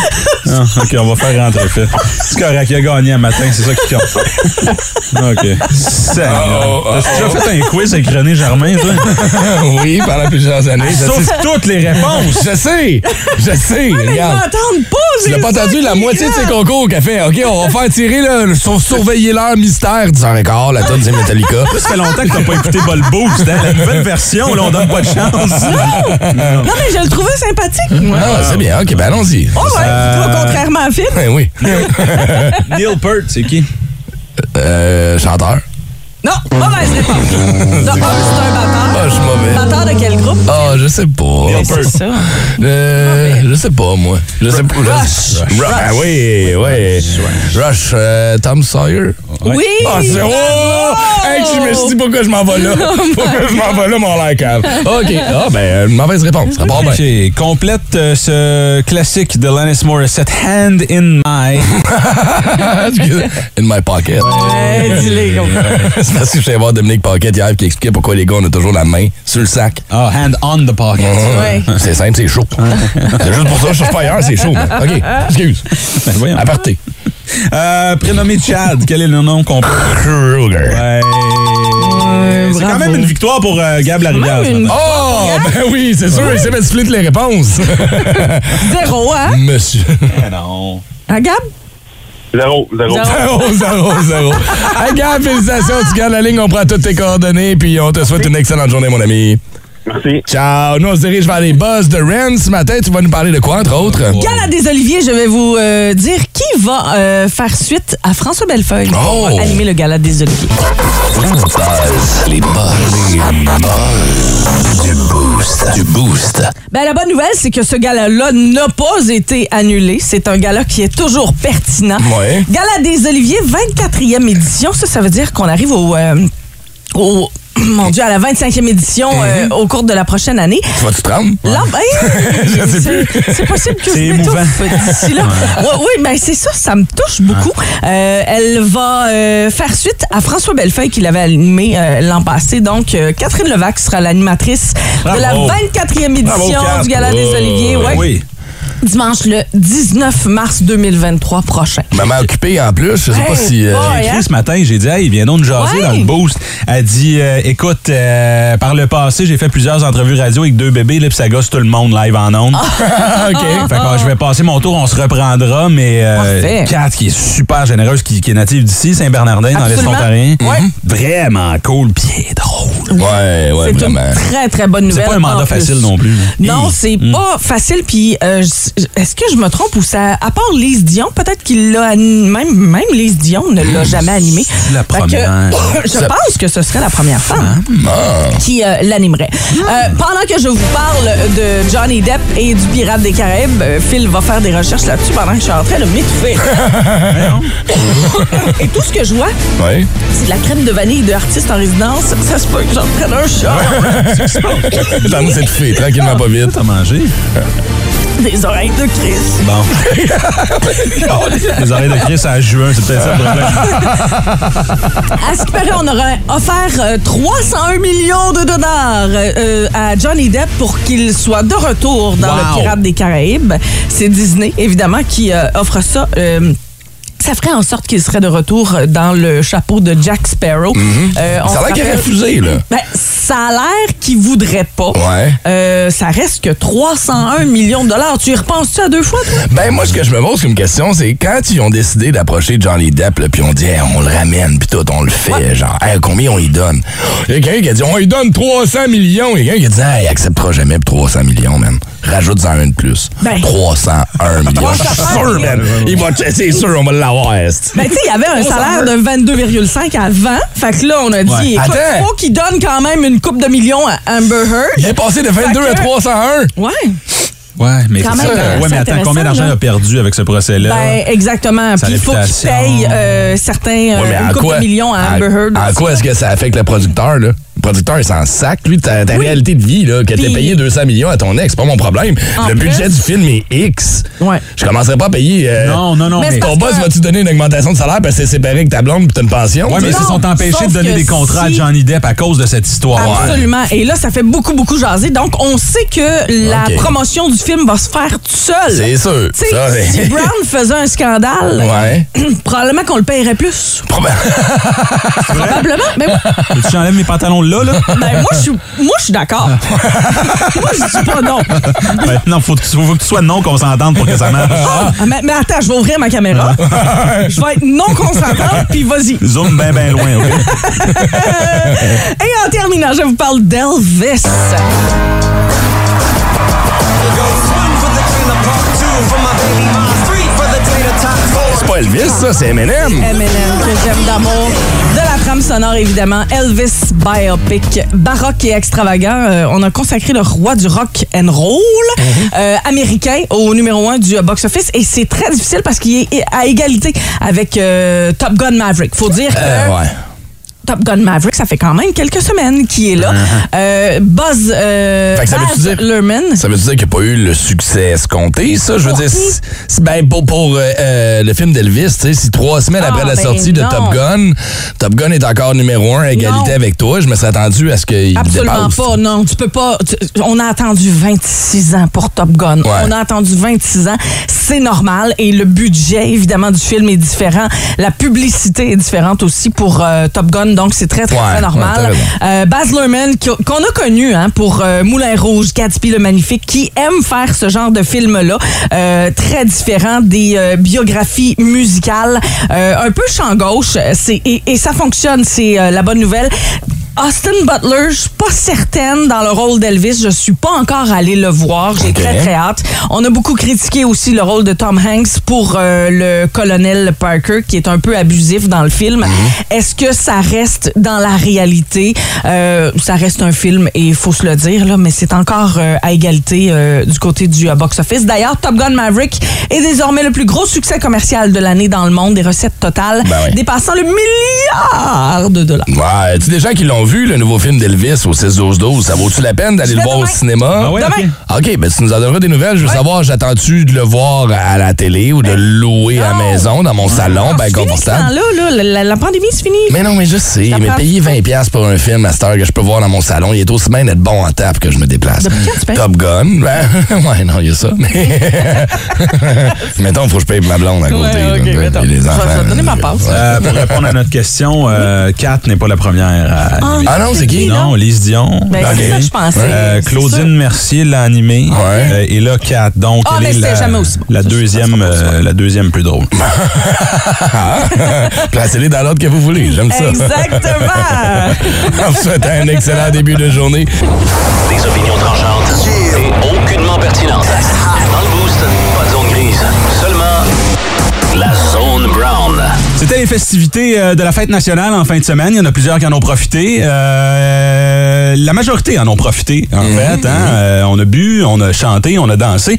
Speaker 5: Ah, ok, on va faire rentrer fait. C'est correct, il a gagné un matin, c'est ça qui compte. Ok.
Speaker 3: Oh,
Speaker 5: Seigneur. T'as déjà fait un quiz avec René Germain, toi? Ah,
Speaker 3: oui, pendant plusieurs années. Je
Speaker 5: Sauf
Speaker 3: sais,
Speaker 5: toutes les réponses!
Speaker 3: je sais, je sais,
Speaker 4: Mais ils
Speaker 3: regarde.
Speaker 4: m'entendent pas, c'est
Speaker 3: Tu l'as pas
Speaker 4: ça
Speaker 3: entendu
Speaker 4: qui
Speaker 3: la
Speaker 4: est
Speaker 3: moitié de
Speaker 4: grave.
Speaker 3: ses concours qu'elle fait. OK, on va faire tirer le, le- sur- surveiller l'heure mystère du sans record, la tonne c'est Metallica.
Speaker 5: Ça fait longtemps que t'as pas écouté Bol Boost, hein? La nouvelle version, là, on donne pas de chance.
Speaker 4: Non, mais je le trouvais sympathique, moi.
Speaker 3: Ah, c'est bien. OK, ben allons-y.
Speaker 4: Oh, ouais, toi, contrairement à Phil.
Speaker 3: Ben oui.
Speaker 5: Neil Peart, c'est qui?
Speaker 3: Euh, chanteur.
Speaker 4: Non, mauvaise réponse. De un, c'est un
Speaker 3: Ah,
Speaker 4: bâtard.
Speaker 3: je suis mauvais.
Speaker 4: Bâtard de quel groupe?
Speaker 3: Ah, je sais
Speaker 4: Ben,
Speaker 3: pas.
Speaker 4: C'est ça.
Speaker 3: Euh, je sais pas, moi. Je sais pas. Rush. Rush. Ah oui, oui. Rush. euh, Tom Sawyer.
Speaker 4: Oui!
Speaker 3: Ah, c'est... Oh! Hey, je me suis dit pourquoi je m'en vais là. Pourquoi je m'en vais là, mon like OK. Ah, ben, euh, mauvaise réponse. Ça part bien.
Speaker 5: Ok, complète euh, ce classique de Lannis Morissette, Hand in My.
Speaker 3: Excusez. In my pocket.
Speaker 4: Hey, dis-les, Eh, gros.
Speaker 3: c'est parce que je suis allé voir Dominique Paquette hier qui expliquait pourquoi les gars, on a toujours la main sur le sac.
Speaker 5: Ah, Hand on the Pocket.
Speaker 4: Ouais.
Speaker 3: C'est Ah. simple, c'est chaud. c'est juste pour ça que je cherche pas ailleurs, c'est chaud. mais- OK, excuse.
Speaker 5: Ben, voyons.
Speaker 3: Aparté.
Speaker 5: Euh, prénommé Chad, quel est le nom qu'on peut.
Speaker 3: Kruger.
Speaker 5: Ouais. C'est
Speaker 4: bravo.
Speaker 5: quand même une victoire pour euh, Gab Larivière.
Speaker 4: même
Speaker 5: ce
Speaker 4: une-
Speaker 5: matin.
Speaker 3: Oh, ben oui, c'est sûr, il sait mettre split les réponses.
Speaker 4: Zéro, hein?
Speaker 3: Monsieur.
Speaker 5: Ah non.
Speaker 4: Hein, Gab?
Speaker 6: Zéro, zéro.
Speaker 4: Zéro.
Speaker 3: 0, 0, 0. Hey, Gab, félicitations, tu gardes la ligne, on prend toutes tes coordonnées, puis on te souhaite une excellente journée, mon ami.
Speaker 6: Merci.
Speaker 3: Ciao. Nous, on se dirige vers les buzz de Rennes ce matin. Tu vas nous parler de quoi, entre autres?
Speaker 4: Gala des Oliviers, je vais vous euh, dire qui va euh, faire suite à François Bellefeuille pour
Speaker 3: Oh!
Speaker 4: animer le Gala des Oliviers.
Speaker 1: Les buzz. Les buzz. Du boost. Du boost.
Speaker 4: Ben, la bonne nouvelle, c'est que ce gala-là n'a pas été annulé. C'est un gala qui est toujours pertinent.
Speaker 3: Ouais.
Speaker 4: Gala des Oliviers, 24e édition. Ça, ça veut dire qu'on arrive au... euh, au mon Dieu, à la 25e édition euh, au cours de la prochaine année.
Speaker 3: Tu vas-tu te rendre?
Speaker 4: Là, ben,
Speaker 3: sais
Speaker 4: c'est- c'est possible que je
Speaker 5: C'est
Speaker 4: m'étouffe d'ici là. Oui, oui, ben c'est ça, ça me touche beaucoup. Euh, elle va euh, faire suite à François Bellefeuille qui l'avait animé euh, l'an passé. Donc, euh, Catherine Levac sera l'animatrice de la
Speaker 5: Bravo.
Speaker 4: 24e édition
Speaker 5: Kat.
Speaker 4: du Gala des
Speaker 3: Oh,
Speaker 4: Oliviers. Ouais.
Speaker 5: Oui.
Speaker 4: Dimanche le 19 mars 2023 prochain.
Speaker 3: Maman occupée en plus, je sais pas
Speaker 4: Hey,
Speaker 3: si. euh,
Speaker 4: boy.
Speaker 5: J'ai écrit
Speaker 4: hein?
Speaker 5: ce matin, j'ai dit, hey, viens donc nous jaser
Speaker 4: Ouais.
Speaker 5: dans le boost. Elle dit, euh, écoute, euh, par le passé, j'ai fait plusieurs entrevues radio avec deux bébés, là, puis ça gosse tout le monde live en ondes. OK. Fait que, euh, je vais passer mon tour, on se reprendra, mais
Speaker 4: Parfait.
Speaker 5: euh, Kat, qui est super généreuse, qui, qui est native d'ici, Saint-Bernardin, dans l'Est
Speaker 4: Absolument.
Speaker 5: ontarien.
Speaker 4: Ouais.
Speaker 5: Mhm. Vraiment cool, puis elle est drôle.
Speaker 3: Ouais, ouais,
Speaker 4: C'est une
Speaker 3: vraiment.
Speaker 4: très, très bonne
Speaker 5: C'est
Speaker 4: nouvelle.
Speaker 5: pas un mandat
Speaker 4: en plus.
Speaker 5: facile non plus. hein. Mm. là.
Speaker 4: Non,
Speaker 5: Hi.
Speaker 4: c'est pas facile. Puis, euh, je- est-ce que je me trompe ou ça. À part Lise Dion, peut-être qu'il l'a. ani- Même, même Lise Dion ne l'a jamais animé.
Speaker 5: Mm. c'est la
Speaker 4: Fait que,
Speaker 5: première.
Speaker 4: je pense que ce serait la première femme qui euh, l'animerait.
Speaker 5: Ah.
Speaker 4: Euh, pendant que je vous parle de Johnny Depp et du Pirate des Caraïbes, euh, Phil va faire des recherches là-dessus pendant que je suis en train de m'étouffer. et tout ce que je vois,
Speaker 3: Ouais.
Speaker 4: c'est de la crème de vanille de artiste en résidence. Ça se peut que j'entraîne un chat.
Speaker 3: T'en as cette fille, tranquillement pas vite.
Speaker 5: T'as mangé?
Speaker 4: Des oreilles de Chris.
Speaker 5: Bon. Les oreilles de Chris à juin, c'est peut-être ça le problème.
Speaker 4: À ce qui paraît, on aurait offert euh, 301 millions de dollars euh, euh, à Johnny Depp pour qu'il soit de retour dans
Speaker 5: Wow.
Speaker 4: le Pirate des Caraïbes. C'est Disney, évidemment, qui euh, offre ça. euh, ça ferait en sorte qu'il serait de retour dans le chapeau de Jack Sparrow. Euh, on
Speaker 3: Mhm. Ça a l'air
Speaker 4: se
Speaker 3: qu'elle a
Speaker 4: rappelle-
Speaker 3: refusé, là.
Speaker 4: Ben, ça a l'air qu'il voudrait pas.
Speaker 3: Ouais.
Speaker 4: Euh, ça reste que 301 millions de dollars. Tu y repenses-tu à deux fois, toi?
Speaker 3: Ben, moi, ce que je me pose comme question, c'est quand ils ont décidé d'approcher Johnny Depp, là, puis on dit, Hey, on le ramène, puis tout, on le fait, genre, Hey, combien on y donne? Il y a quelqu'un qui a dit, on y donne 300 millions. Il y a quelqu'un qui a dit, Hey, il acceptera jamais pour 300 millions, man. Rajoute-en une de plus.
Speaker 4: Ben.
Speaker 3: 301 millions. Je suis
Speaker 4: 301
Speaker 3: sûr, man. Il va, c'est sûr, on va l'avoir. esti.
Speaker 4: Ben, tu sais, il y avait un salaire de 22,5 avant. Fait que là, on a dit,
Speaker 5: Ouais.
Speaker 4: écoute,
Speaker 3: Attends.
Speaker 4: faut qu'il donne quand même une coupe de millions à Amber
Speaker 3: Il
Speaker 4: Heard.
Speaker 3: est passé de 22 à
Speaker 4: Fait que-
Speaker 3: 301.
Speaker 4: Ouais.
Speaker 5: Ouais, mais
Speaker 4: Quand
Speaker 5: c'est
Speaker 4: même,
Speaker 5: ça.
Speaker 4: euh,
Speaker 5: Ouais,
Speaker 4: c'est
Speaker 5: mais attends,
Speaker 4: intéressant,
Speaker 5: combien d'argent
Speaker 4: là.
Speaker 5: il a perdu avec ce procès-là?
Speaker 4: Ben, exactement.
Speaker 5: Sa
Speaker 4: Puis il faut qu'il
Speaker 5: réputation.
Speaker 4: paye euh, certains, euh,
Speaker 3: Ouais, mais
Speaker 4: une
Speaker 3: en
Speaker 4: coupe
Speaker 3: quoi-
Speaker 4: de millions à Amber
Speaker 3: en-
Speaker 4: Heard.
Speaker 3: En quoi est-ce que ça affecte le producteur, là? Le producteur, il s'en sac, lui, de ta, ta réalité de vie, là, que t'es
Speaker 4: Puis-
Speaker 3: payé 200 millions à ton ex, c'est pas mon problème.
Speaker 4: En
Speaker 3: le
Speaker 4: plus-
Speaker 3: budget du film est X.
Speaker 4: Ouais.
Speaker 3: Je commencerai pas à payer. euh,
Speaker 5: Non, non, non,
Speaker 4: Mais
Speaker 5: mais.
Speaker 4: c'est
Speaker 3: Ton
Speaker 4: parce
Speaker 3: boss
Speaker 4: que-
Speaker 3: va-tu donner une augmentation de salaire parce que c'est séparé avec ta blonde pis t'as une pension?
Speaker 5: Ouais, mais ils
Speaker 3: tu sais?
Speaker 5: se sont empêchés
Speaker 4: sauf
Speaker 5: de donner
Speaker 4: que
Speaker 5: des contrats
Speaker 4: si-
Speaker 5: à Johnny Depp à cause de cette histoire.
Speaker 4: Absolument. Et là, ça fait beaucoup, beaucoup jaser. Donc, on sait que la
Speaker 3: Ok.
Speaker 4: promotion du film va se faire toute seule.
Speaker 3: C'est sûr.
Speaker 4: Tu sais,
Speaker 3: Ça, c'est-
Speaker 4: si Brown faisait un scandale,
Speaker 3: Ouais.
Speaker 4: probablement qu'on le paierait plus. Probablement. Ben Mais
Speaker 5: Tu j'enlève mes pantalons là, là?
Speaker 4: ben, moi, je suis- moi, je suis d'accord. moi, je dis pas non.
Speaker 5: Ben, non, faut que, tu, faut que tu sois non qu'on s'entende pour que ça marche.
Speaker 4: Ah, mais, mais attends, je vais ouvrir ma caméra. Je vais être non consentante, puis vas-y.
Speaker 5: Zoom bien, bien loin, OK?
Speaker 4: Et en terminant, je vous parle d'Elvis.
Speaker 3: C'est pas Elvis, ça, c'est M&M.
Speaker 4: M&M que j'aime d'amour. De la trame sonore, évidemment, Elvis Biopic, baroque et extravagant. Euh, on a consacré le roi du rock and roll euh, américain au numéro un du euh, box-office. Et c'est très difficile parce qu'il est à égalité avec euh, Top Gun Maverick. Faut dire que...
Speaker 3: Euh, ouais.
Speaker 4: Top Gun Maverick, ça fait quand même quelques semaines qu'il est là. Euh, Buzz, euh,
Speaker 3: Ah, Fait que ça veut-tu
Speaker 4: Baz
Speaker 3: dire-
Speaker 4: Luhrmann.
Speaker 3: Ça veut dire qu'il n'y a pas eu le succès escompté, ça? Je veux
Speaker 4: Pour
Speaker 3: dire,
Speaker 4: qui?
Speaker 3: si- si- ben, pour, pour, euh, euh, le film d'Elvis, tu sais, si trois semaines
Speaker 4: Ah,
Speaker 3: après la
Speaker 4: ben
Speaker 3: sortie de
Speaker 4: non.
Speaker 3: Top Gun, Top Gun est encore numéro un à égalité
Speaker 4: Non.
Speaker 3: avec toi, je me serais attendu à ce qu'il
Speaker 4: Absolument
Speaker 3: dépasse.
Speaker 4: pas, non. Tu peux pas. tu- on a attendu 26 ans pour Top Gun.
Speaker 3: Ouais.
Speaker 4: On a attendu 26 ans. C'est normal. Et le budget, évidemment, du film est différent. La publicité est différente aussi pour euh, Top Gun. Donc, c'est très, très,
Speaker 3: Ouais,
Speaker 4: très
Speaker 3: ouais, t'as
Speaker 4: normal.
Speaker 3: raison.
Speaker 4: Euh, Baz Luhrmann, qui- qu'on a connu hein, pour euh, Moulin Rouge, Gatsby le Magnifique, qui aime faire ce genre de film-là, euh, très différent des euh, biographies musicales, euh, un peu champ gauche, c'est- et, et ça fonctionne, c'est euh, la bonne nouvelle. Austin Butler, je suis pas certaine dans le rôle d'Elvis, je suis pas encore allée le voir, j'ai très très hâte. On a beaucoup critiqué aussi le rôle de Tom Hanks pour euh, le colonel Parker qui est un peu abusif dans le film.
Speaker 3: Mhm.
Speaker 4: Est-ce que ça reste dans la réalité Euh, Ça reste un film et il faut se le dire là, mais c'est encore euh, à égalité euh, du côté du euh, box-office. D'ailleurs, Top Gun Maverick est désormais le plus gros succès commercial de l'année dans le monde, des recettes totales
Speaker 3: Ben oui.
Speaker 4: dépassant le milliard de dollars.
Speaker 3: Ouais, tu sais, des gens qui l'ont vu, le nouveau film d'Elvis au 6-12-12, ça vaut-tu la peine d'aller
Speaker 4: Je
Speaker 3: le
Speaker 4: vais
Speaker 3: voir au
Speaker 4: demain.
Speaker 3: cinéma?
Speaker 5: Ah ouais,
Speaker 4: Demain.
Speaker 3: OK, ben tu nous en donneras des nouvelles. Je veux savoir, j'attends-tu de le voir à la télé
Speaker 4: Ben,
Speaker 3: ou de le louer à la maison, dans mon salon,
Speaker 4: C'est
Speaker 3: ben
Speaker 4: fini ce
Speaker 3: confortable?
Speaker 4: temps-là, là. La, la- la pandémie, c'est fini.
Speaker 3: Mais non, mais je sais.
Speaker 4: Ça
Speaker 3: Mais
Speaker 4: prend-
Speaker 3: payer 20$ piastres pour un film à cette heure que je peux voir dans mon salon, il est aussi bien d'être bon en tape que je me déplace.
Speaker 4: Depuis quand tu payes?
Speaker 3: Top Gun. Ben, ouais, non, il y a ça. Mais. Mettons, faut que je paye ma blonde à côté.
Speaker 4: Ouais,
Speaker 3: là,
Speaker 4: ok,
Speaker 3: puis
Speaker 4: mettons. Je
Speaker 3: les
Speaker 4: vais-
Speaker 3: enfants.
Speaker 4: je vais te donner ma passe.
Speaker 5: Euh, pour répondre à notre question, euh, Kat n'est pas la première à animer.
Speaker 3: Ah non, c'est qui?
Speaker 5: Non, Lise Dion.
Speaker 4: Ben, c'est
Speaker 5: Ok.
Speaker 4: ça que je pensais.
Speaker 5: Euh,
Speaker 4: C'est sûr.
Speaker 5: Claudine Mercier l'a animé.
Speaker 3: Ouais.
Speaker 5: Euh, et là, Kat. Donc,
Speaker 4: Ah,
Speaker 5: elle
Speaker 4: mais
Speaker 5: est
Speaker 4: c'était
Speaker 5: la,
Speaker 4: jamais aussi bon.
Speaker 5: la
Speaker 4: Ça, je pense
Speaker 5: deuxième,
Speaker 4: pas que ce
Speaker 5: euh, la deuxième plus drôle.
Speaker 3: Ah! Placez-les dans l'ordre que vous voulez. J'aime ça.
Speaker 4: Exactement.
Speaker 3: en vous souhaitant un excellent début de journée.
Speaker 1: Des opinions tranchantes et aucunement pertinentes. Dans le boost, pas de zone grise, seulement la zone brown.
Speaker 5: C'était les festivités euh, de la fête nationale en fin de semaine. Il y en a plusieurs qui en ont profité. Euh, la majorité en ont profité, en fait. hein. Euh, on a bu, on a chanté, on a dansé.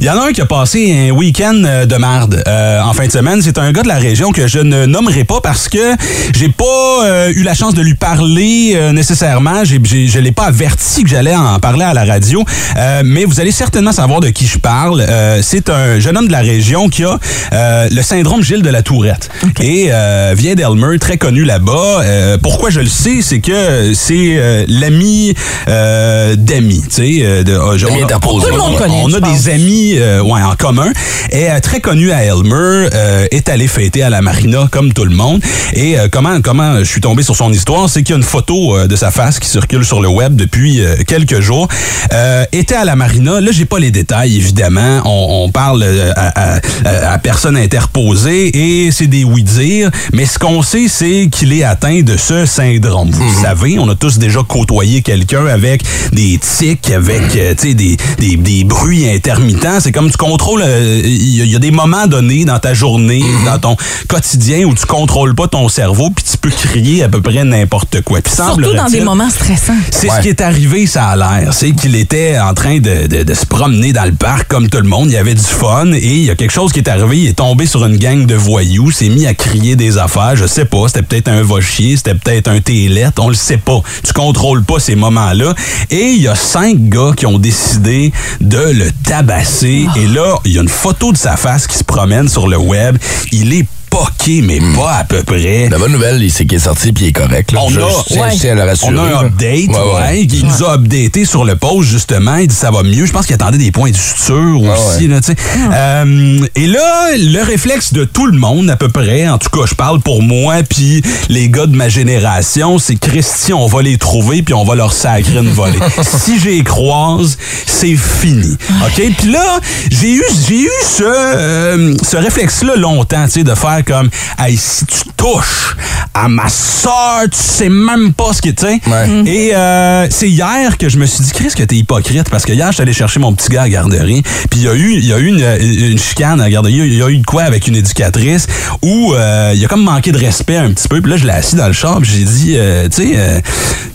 Speaker 5: Il y en a un qui a passé un week-end euh, de marde euh, en fin de semaine. C'est un gars de la région que je ne nommerai pas parce que j'ai pas euh, eu la chance de lui parler euh, nécessairement. J'ai- j'ai- je l'ai pas averti que j'allais en parler à la radio. Euh, mais vous allez certainement savoir de qui je parle. Euh, C'est un jeune homme de la région qui a euh, le syndrome Gilles de la Tourette. Et euh, vient d'Elmer, très connu là-bas. Euh, pourquoi je le sais, c'est que c'est euh, l'ami euh, d'amis. Tu sais, euh, de- euh, je-
Speaker 3: L'ami
Speaker 5: on a-
Speaker 3: interposé.
Speaker 4: Tout le monde connaît,
Speaker 5: On
Speaker 4: je
Speaker 5: a
Speaker 4: pense.
Speaker 5: des amis euh, ouais, en commun. Et euh, très connu à Elmer, euh, est allé fêter à la marina comme tout le monde. Et euh, comment comment je suis tombé sur son histoire, c'est qu'il y a une photo euh, de sa face qui circule sur le web depuis euh, quelques jours. Euh, était à la marina. Là, j'ai pas les détails évidemment. On, on parle euh, à, à- à- à personne interposée et c'est des oui-dire. Mais ce qu'on sait, c'est qu'il est atteint de ce syndrome. Vous
Speaker 3: Mhm.
Speaker 5: le savez, on a tous déjà côtoyé quelqu'un avec des tics, avec euh, tu sais, des, des, des bruits intermittents. C'est comme tu contrôles. euh, Il y, a- il y a des moments donnés dans ta journée,
Speaker 3: Mhm.
Speaker 5: dans ton quotidien où tu contrôles pas ton cerveau, puis tu peux crier à peu près n'importe quoi. Puis
Speaker 4: Surtout dans des
Speaker 5: semblerait-il-
Speaker 4: moments stressants.
Speaker 5: c'est
Speaker 3: Ouais.
Speaker 5: ce qui est arrivé, ça a l'air. C'est qu'il était en train de, de- de se promener dans le parc comme tout le monde. Il y avait du fun et il y a quelque chose qui est arrivé. Il est tombé sur une gang de voyous, s'est mis à crier des affaires, je sais pas, c'était peut-être un va chier, c'était peut-être un télette, on le sait pas. Tu contrôles pas ces moments-là. Et il y a cinq gars qui ont décidé de le tabasser. Et là, il y a une photo de sa face qui se promène sur le web. Il est poqué, mais pas à peu près.
Speaker 3: La bonne nouvelle, c'est qu'il est sorti puis il est correct. là.
Speaker 5: On
Speaker 3: Je-
Speaker 5: a,
Speaker 3: je tiens- je tiens à le rassurer,
Speaker 5: on a un
Speaker 3: là.
Speaker 5: update,
Speaker 3: Ouais, ouais.
Speaker 5: ouais, qui nous a updaté sur le post, justement. Il dit ça va mieux. Je pense qu'il attendait des points du futur aussi. là, tu sais. Euh, et là, le réflexe de tout le monde, à peu près, en tout cas, je parle pour moi, puis les gars de ma génération, c'est Christian, on va les trouver, puis on va leur sacrer une volée. si j'y croise, c'est fini. OK? Puis là, j'ai eu, j'ai eu ce, euh, ce réflexe-là longtemps, tu sais, de faire comme, hey, si tu touches à ma soeur, tu sais même pas ce qui est,
Speaker 3: Ouais.
Speaker 5: Et euh, c'est hier que je me suis dit, Chris, que t'es hypocrite, parce que hier, je suis allé chercher mon petit gars à la garderie, puis il y a eu, il y a eu une, une chicane à la garderie, il y a eu de quoi avec une éducatrice, où euh, il a comme manqué de respect un petit peu, puis là, je l'ai assis dans le char, puis j'ai dit, euh, tu sais, euh,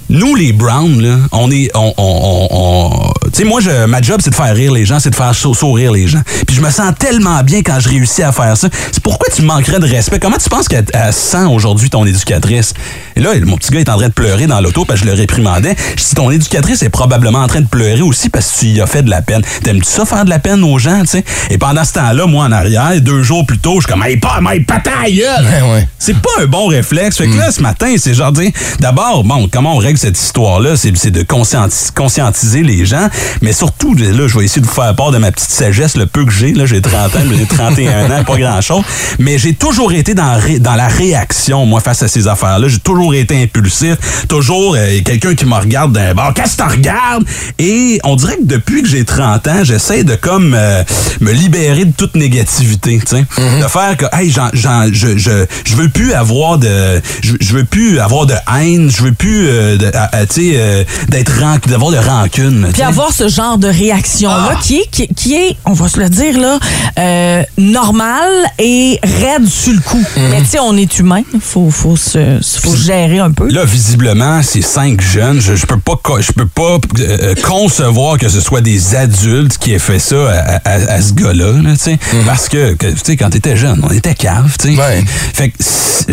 Speaker 5: nous, les Browns, là, on est. On, on, on- on- tu sais, moi, je, ma job, c'est de faire rire les gens, c'est de faire sou- sourire les gens. Puis je me sens tellement bien quand je réussis à faire ça. C'est pourquoi tu manquerais de respect. Comment tu penses qu'elle elle sent aujourd'hui ton éducatrice? Et là, mon petit gars est en train de pleurer dans l'auto parce que je le réprimandais. Je dis, ton éducatrice est probablement en train de pleurer aussi parce que tu y as fait de la peine. T'aimes-tu ça faire de la peine aux gens, tu sais? Et pendant ce temps-là, moi, en arrière, deux jours plus tôt, je suis comme, hey, pas, mais patin, ta gueule!
Speaker 3: Ouais, ouais.
Speaker 5: C'est pas un bon réflexe. Fait que là, ce matin, c'est genre dire, d'abord, bon, comment on règle cette histoire-là? C'est c'est de conscienti- conscientiser les gens, mais surtout, là, je vais essayer de vous faire part de ma petite sagesse, le peu que j'ai. Là, j'ai 30 ans, mais j'ai 31 ans, pas grand-chose. Mais j'ai toujours été dans, ré- dans la réaction, moi, face à ces affaires-là. J'ai toujours été impulsif. Toujours euh, quelqu'un qui me regarde d'un bord. Qu'est-ce que tu regardes? Et on dirait que depuis que j'ai 30 ans, j'essaie de comme euh, me libérer de toute négativité, tu sais. De faire que, hey, j'en- j'en- je, je, je veux plus avoir de, je, je veux plus avoir de haine, je veux plus, euh, de- à- à- tu sais, euh, d'être ran- d'avoir de rancune. tu
Speaker 4: Puis
Speaker 5: sais.
Speaker 4: avoir ce genre de réaction-là qui, est, qui, qui est, on va se le dire, là, euh, normal et raide sur le coup. Mais tu sais, on est humain. Faut, faut se faut se gérer un peu.
Speaker 5: Là, visiblement, ces cinq jeunes, je, je peux pas, co- je peux pas euh, concevoir que ce soit des adultes qui aient fait ça à, à- à ce gars-là, là, tu sais. Parce que, que, tu sais, quand t'étais jeune, on était cave, tu sais.
Speaker 3: Mhm. Ouais.
Speaker 5: Fait que c'est-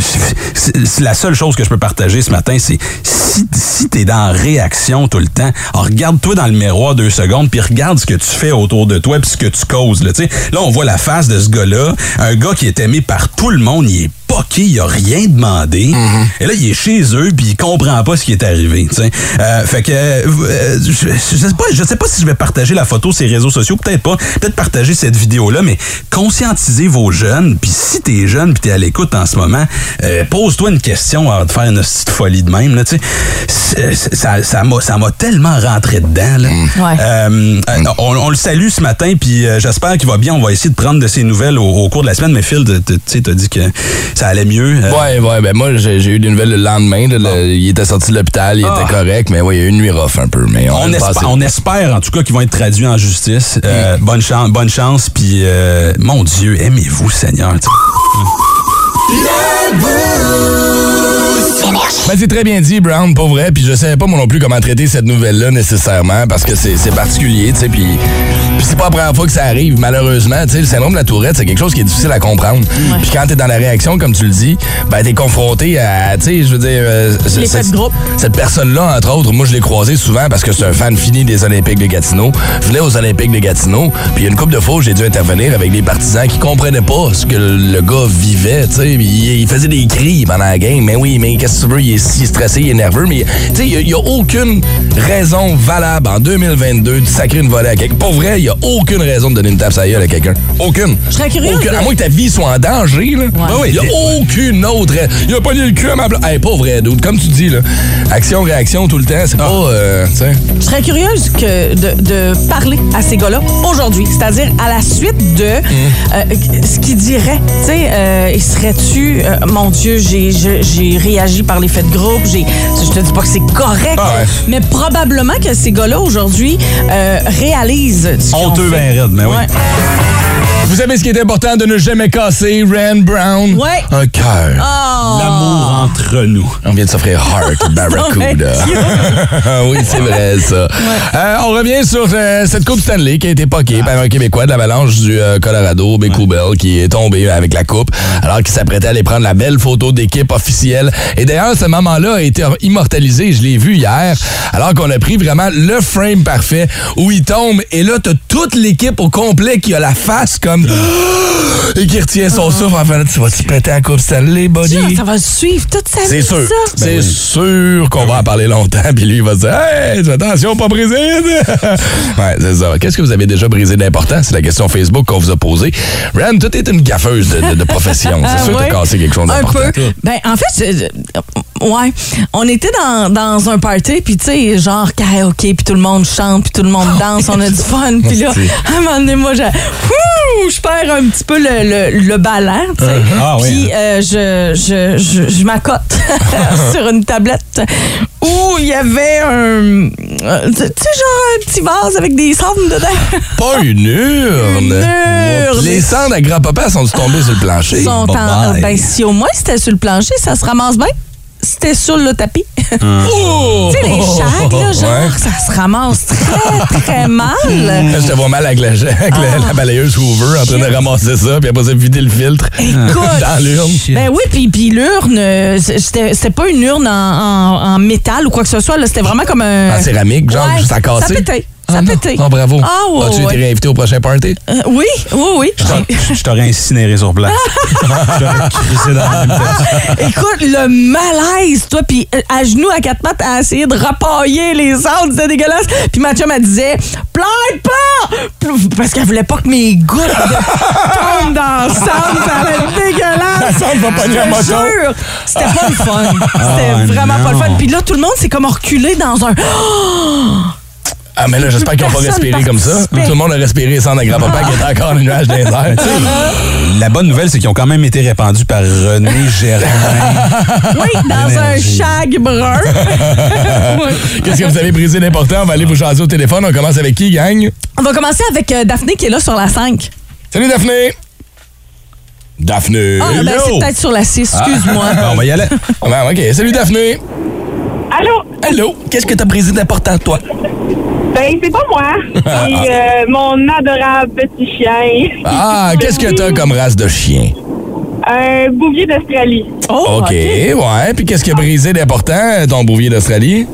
Speaker 5: c'est- c'est la seule chose que je peux partager ce matin, c'est si, si t'es dans réaction tout le temps, alors regarde-toi dans le miroir deux secondes, puis regarde ce que tu fais autour de toi, puis ce que tu causes, là, tu sais. Là, on voit la face de ce gars-là, un gars qui est aimé par tout le monde, il est poqué, il a rien demandé. Et là, il est chez eux, puis il comprend pas ce qui est arrivé. tu sais. Euh, fait que euh, je, je sais pas, je sais pas si je vais partager la photo sur les réseaux sociaux, peut-être pas, peut-être partager cette vidéo-là, mais conscientisez vos jeunes, puis si t'es jeune, puis t'es à l'écoute en ce moment, euh, pose-toi une question avant de faire une petite folie de même. Là, tu sais. C'est- c'est- ça, ça m'a, ça m'a tellement rentré dedans. Là.
Speaker 4: Ouais.
Speaker 5: Euh, euh, on, on le salue ce matin, puis euh, j'espère qu'il va bien. On va essayer de prendre de ses nouvelles au, au cours de la semaine, mais Phil, tu sais, t'as dit que ça allait mieux. Euh,
Speaker 3: Ouais, ouais, ben moi, j'ai j'ai eu des nouvelles le lendemain. là, le- il était sorti de l'hôpital, il
Speaker 5: Ah.
Speaker 3: était correct, mais ouais, il y a eu une nuit rough un peu. Mais on,
Speaker 5: On,
Speaker 3: a
Speaker 5: espère-
Speaker 3: passé.
Speaker 5: on espère en tout cas qu'ils vont être traduits en justice.
Speaker 4: Mm.
Speaker 5: Euh, bonne chance, bonne chance, puis euh, mon Dieu, aimez-vous, Seigneur. tu sais.
Speaker 3: Ben, c'est très bien dit, Brown, pour vrai. Puis je savais pas moi non plus comment traiter cette nouvelle-là nécessairement parce que c'est c'est particulier, tu sais. Puis puis c'est pas la première fois que ça arrive, malheureusement. Tu sais, le syndrome de la Tourette, c'est quelque chose qui est difficile à comprendre. Puis quand t'es dans la réaction, comme tu le dis, ben t'es confronté à, tu sais, je veux dire, euh, ce-
Speaker 4: L'effet
Speaker 3: cette-
Speaker 4: de groupe.
Speaker 3: Cette personne-là, entre autres, moi je l'ai croisée souvent parce que c'est un fan fini des Olympiques de Gatineau. Je venais aux Olympiques de Gatineau, puis une couple de fois où j'ai dû intervenir avec des partisans qui comprenaient pas ce que le gars vivait. tu sais. Il, il faisait des cris pendant la game. Mais oui, mais qu'est-ce que tu veux? Il est, si stressé, il est nerveux. Mais tu sais, il y a- il y a, aucune raison valable en 2022 de sacrer une volée à quelqu'un. Pour vrai, il y a aucune raison de donner une tape à la gueule à quelqu'un. Aucune.
Speaker 4: Je serais curieuse
Speaker 3: Aucune.
Speaker 4: de-
Speaker 3: À moins que ta vie soit en danger. Là. Ben oui, il y a aucune autre. Il a pas lié le cul à ma blague. Hey, pas vrai, dude. Comme tu dis, là, action-réaction tout le temps,
Speaker 5: Ah.
Speaker 3: c'est pas. euh, tu sais.
Speaker 4: Je serais curieuse que de, de parler à ces gars-là aujourd'hui, c'est-à-dire à la suite de euh, ce qu'ils diraient. Tu sais, euh, serais-tu, euh, mon Dieu, j'ai- j'ai j'ai réagi par l'effet de groupe, j'ai- je te dis pas que c'est correct,
Speaker 3: Ah ouais.
Speaker 4: mais probablement que ces gars-là aujourd'hui euh, réalisent ce qu'ils ont
Speaker 5: Honteux,
Speaker 4: fait.
Speaker 5: ben raide, mais oui.
Speaker 4: Ouais.
Speaker 3: Vous savez ce qui est important de ne jamais casser, Rand Brown?
Speaker 4: Ouais.
Speaker 3: Un cœur.
Speaker 4: Oh!
Speaker 5: L'amour entre nous.
Speaker 3: On vient de s'offrir Heart Barracuda. oui, c'est vrai, ça. Euh, on revient sur euh, cette Coupe Stanley qui a été poquée par un Québécois de l'avalanche du euh, Colorado, Big Bell, qui est tombé avec la Coupe, alors qu'il s'apprêtait à aller prendre la belle photo d'équipe officielle. Et d'ailleurs, ce moment-là a été immortalisé, je l'ai vu hier, alors qu'on a pris vraiment le frame parfait où il tombe. Et là, t'as toute l'équipe au complet qui a la face comme... Et qui retient son souffle. En fait, tu vas-tu péter la Coupe Stanley, buddy?
Speaker 4: Dieu, Ça va le suivre toute sa vie.
Speaker 3: C'est sûr. Ben
Speaker 4: ça.
Speaker 3: C'est sûr qu'on va en parler longtemps. Puis lui, il va se dire Hey, attention, pas brisé. ouais, c'est ça. Qu'est-ce que vous avez déjà brisé d'important? C'est la question Facebook qu'on vous a posée. Ren, toi, t'es une gaffeuse de, de- de profession. C'est sûr que
Speaker 4: Ah ouais?
Speaker 3: t'as cassé quelque chose
Speaker 4: Un
Speaker 3: d'important.
Speaker 4: peu. Ben, en fait, je- je- ouais. On était dans, dans un party, puis tu sais, genre karaoké, puis tout le monde chante, puis tout le monde
Speaker 3: Oh,
Speaker 4: danse, on a du fun. Puis là, à un moment donné, moi, je, Ouh, je perds un petit peu le, le, le ballon, tu sais.
Speaker 5: ah oui,
Speaker 4: Puis euh, je, je, je, je m'accote sur une tablette où il y avait un, un- tu sais, genre un petit vase avec des cendres dedans.
Speaker 3: Pas une urne.
Speaker 4: Une urne.
Speaker 3: Les cendres à grand-papa sont tombés sur le plancher.
Speaker 4: Ils sont en,
Speaker 5: bye-bye.
Speaker 4: ben, si au moins c'était sur le plancher, ça se ramasse bien. C'était sur le tapis. tu sais, les chacs, là, genre,
Speaker 3: Ah. Oh! Ouais.
Speaker 4: ça se ramasse très, très mal.
Speaker 3: Je te vois mal avec la, avec la-
Speaker 4: Ah.
Speaker 3: la balayeuse Hoover en train de ramasser ça, puis après ça, vider le filtre dans l'urne.
Speaker 4: Ben oui, puis puis l'urne, euh, c'était c'était pas une urne en, en- en métal ou quoi que ce soit. là, C'était vraiment comme un...
Speaker 3: En céramique, genre,
Speaker 4: Ouais,
Speaker 3: juste à casser.
Speaker 4: Ça pétait. Ça
Speaker 3: Ah non.
Speaker 4: pétait.
Speaker 3: Oh, bravo.
Speaker 4: Ah, ouais,
Speaker 3: As-tu été
Speaker 4: ouais.
Speaker 3: réinvité au prochain party?
Speaker 4: Euh, oui, oui, oui.
Speaker 5: Je je t'aurais incinéré sur place. Je t'aurais crissé dans la même place.
Speaker 4: Écoute, le malaise, toi, puis euh, à genoux, à quatre pattes, à essayer de rapailler les autres, c'était dégueulasse. Puis Mathieu m'a disait, plaide pas! Pl- Parce qu'elle voulait pas que mes gouttes de- tombent dans le sable, ça allait être dégueulasse!
Speaker 3: Ça, on va pas
Speaker 4: Je
Speaker 3: dire un
Speaker 4: te
Speaker 3: moton.
Speaker 4: jure, c'était pas le fun. C'était
Speaker 5: Ah,
Speaker 4: vraiment pas le fun.
Speaker 5: non.
Speaker 4: Puis là, tout le monde s'est comme reculé dans un...
Speaker 3: Ah, mais là, j'espère qu'ils n'ont pas
Speaker 4: Personne
Speaker 3: respiré comme ça. Tout
Speaker 4: participait.
Speaker 3: le monde a respiré sans un grand-papa qui était encore le nuage des airs.
Speaker 5: La bonne nouvelle, c'est qu'ils ont quand même été répandus par René Gérin.
Speaker 4: Oui, dans un
Speaker 5: L'énergie.
Speaker 4: shag brun. Oui.
Speaker 3: Qu'est-ce que vous avez brisé d'important? On va aller vous jaser au téléphone. On commence avec qui, gang?
Speaker 4: On va commencer avec euh, Daphné qui est là sur la 5.
Speaker 3: Salut, Daphné! Daphné!
Speaker 4: Ah, ben, c'est peut-être sur la 6, excuse-moi.
Speaker 5: On va y aller.
Speaker 3: Ah, ben, OK. Salut, Daphné!
Speaker 6: Allô?
Speaker 3: Allô? Qu'est-ce que t'as brisé d'important, toi?
Speaker 6: Ben, c'est pas moi. C'est euh, mon adorable petit chien.
Speaker 3: Ah, qu'est-ce que t'as comme race de chien?
Speaker 6: Un bouvier d'Australie.
Speaker 4: Oh,
Speaker 3: OK, ouais. Puis qu'est-ce que brisé d'important, euh, ton bouvier d'Australie?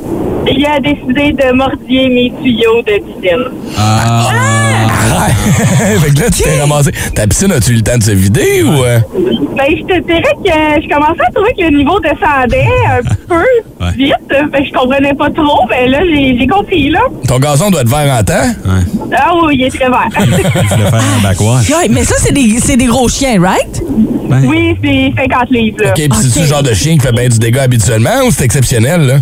Speaker 6: Il a décidé de mordiller mes tuyaux de piscine.
Speaker 3: Ah! fait que là, tu t'es ramassé. Ta piscine, as-tu eu le temps de se vider ou... euh?
Speaker 6: Ben, je te dirais que je commençais à trouver que le niveau descendait un peu
Speaker 5: Ouais.
Speaker 6: vite. Ben, je comprenais pas trop, mais là, j'ai j'ai compris, là.
Speaker 3: euh, Ton gazon doit te vert en temps?
Speaker 6: Ah oui, il est très vert.
Speaker 5: Je voulais faire un backwash.
Speaker 4: Ouais, mais ça, c'est des, c'est des gros chiens, right?
Speaker 6: oui, c'est 50 livres, là.
Speaker 3: OK, puis c'est-tu le genre de chien qui fait bien du dégât habituellement ou c'est exceptionnel, là?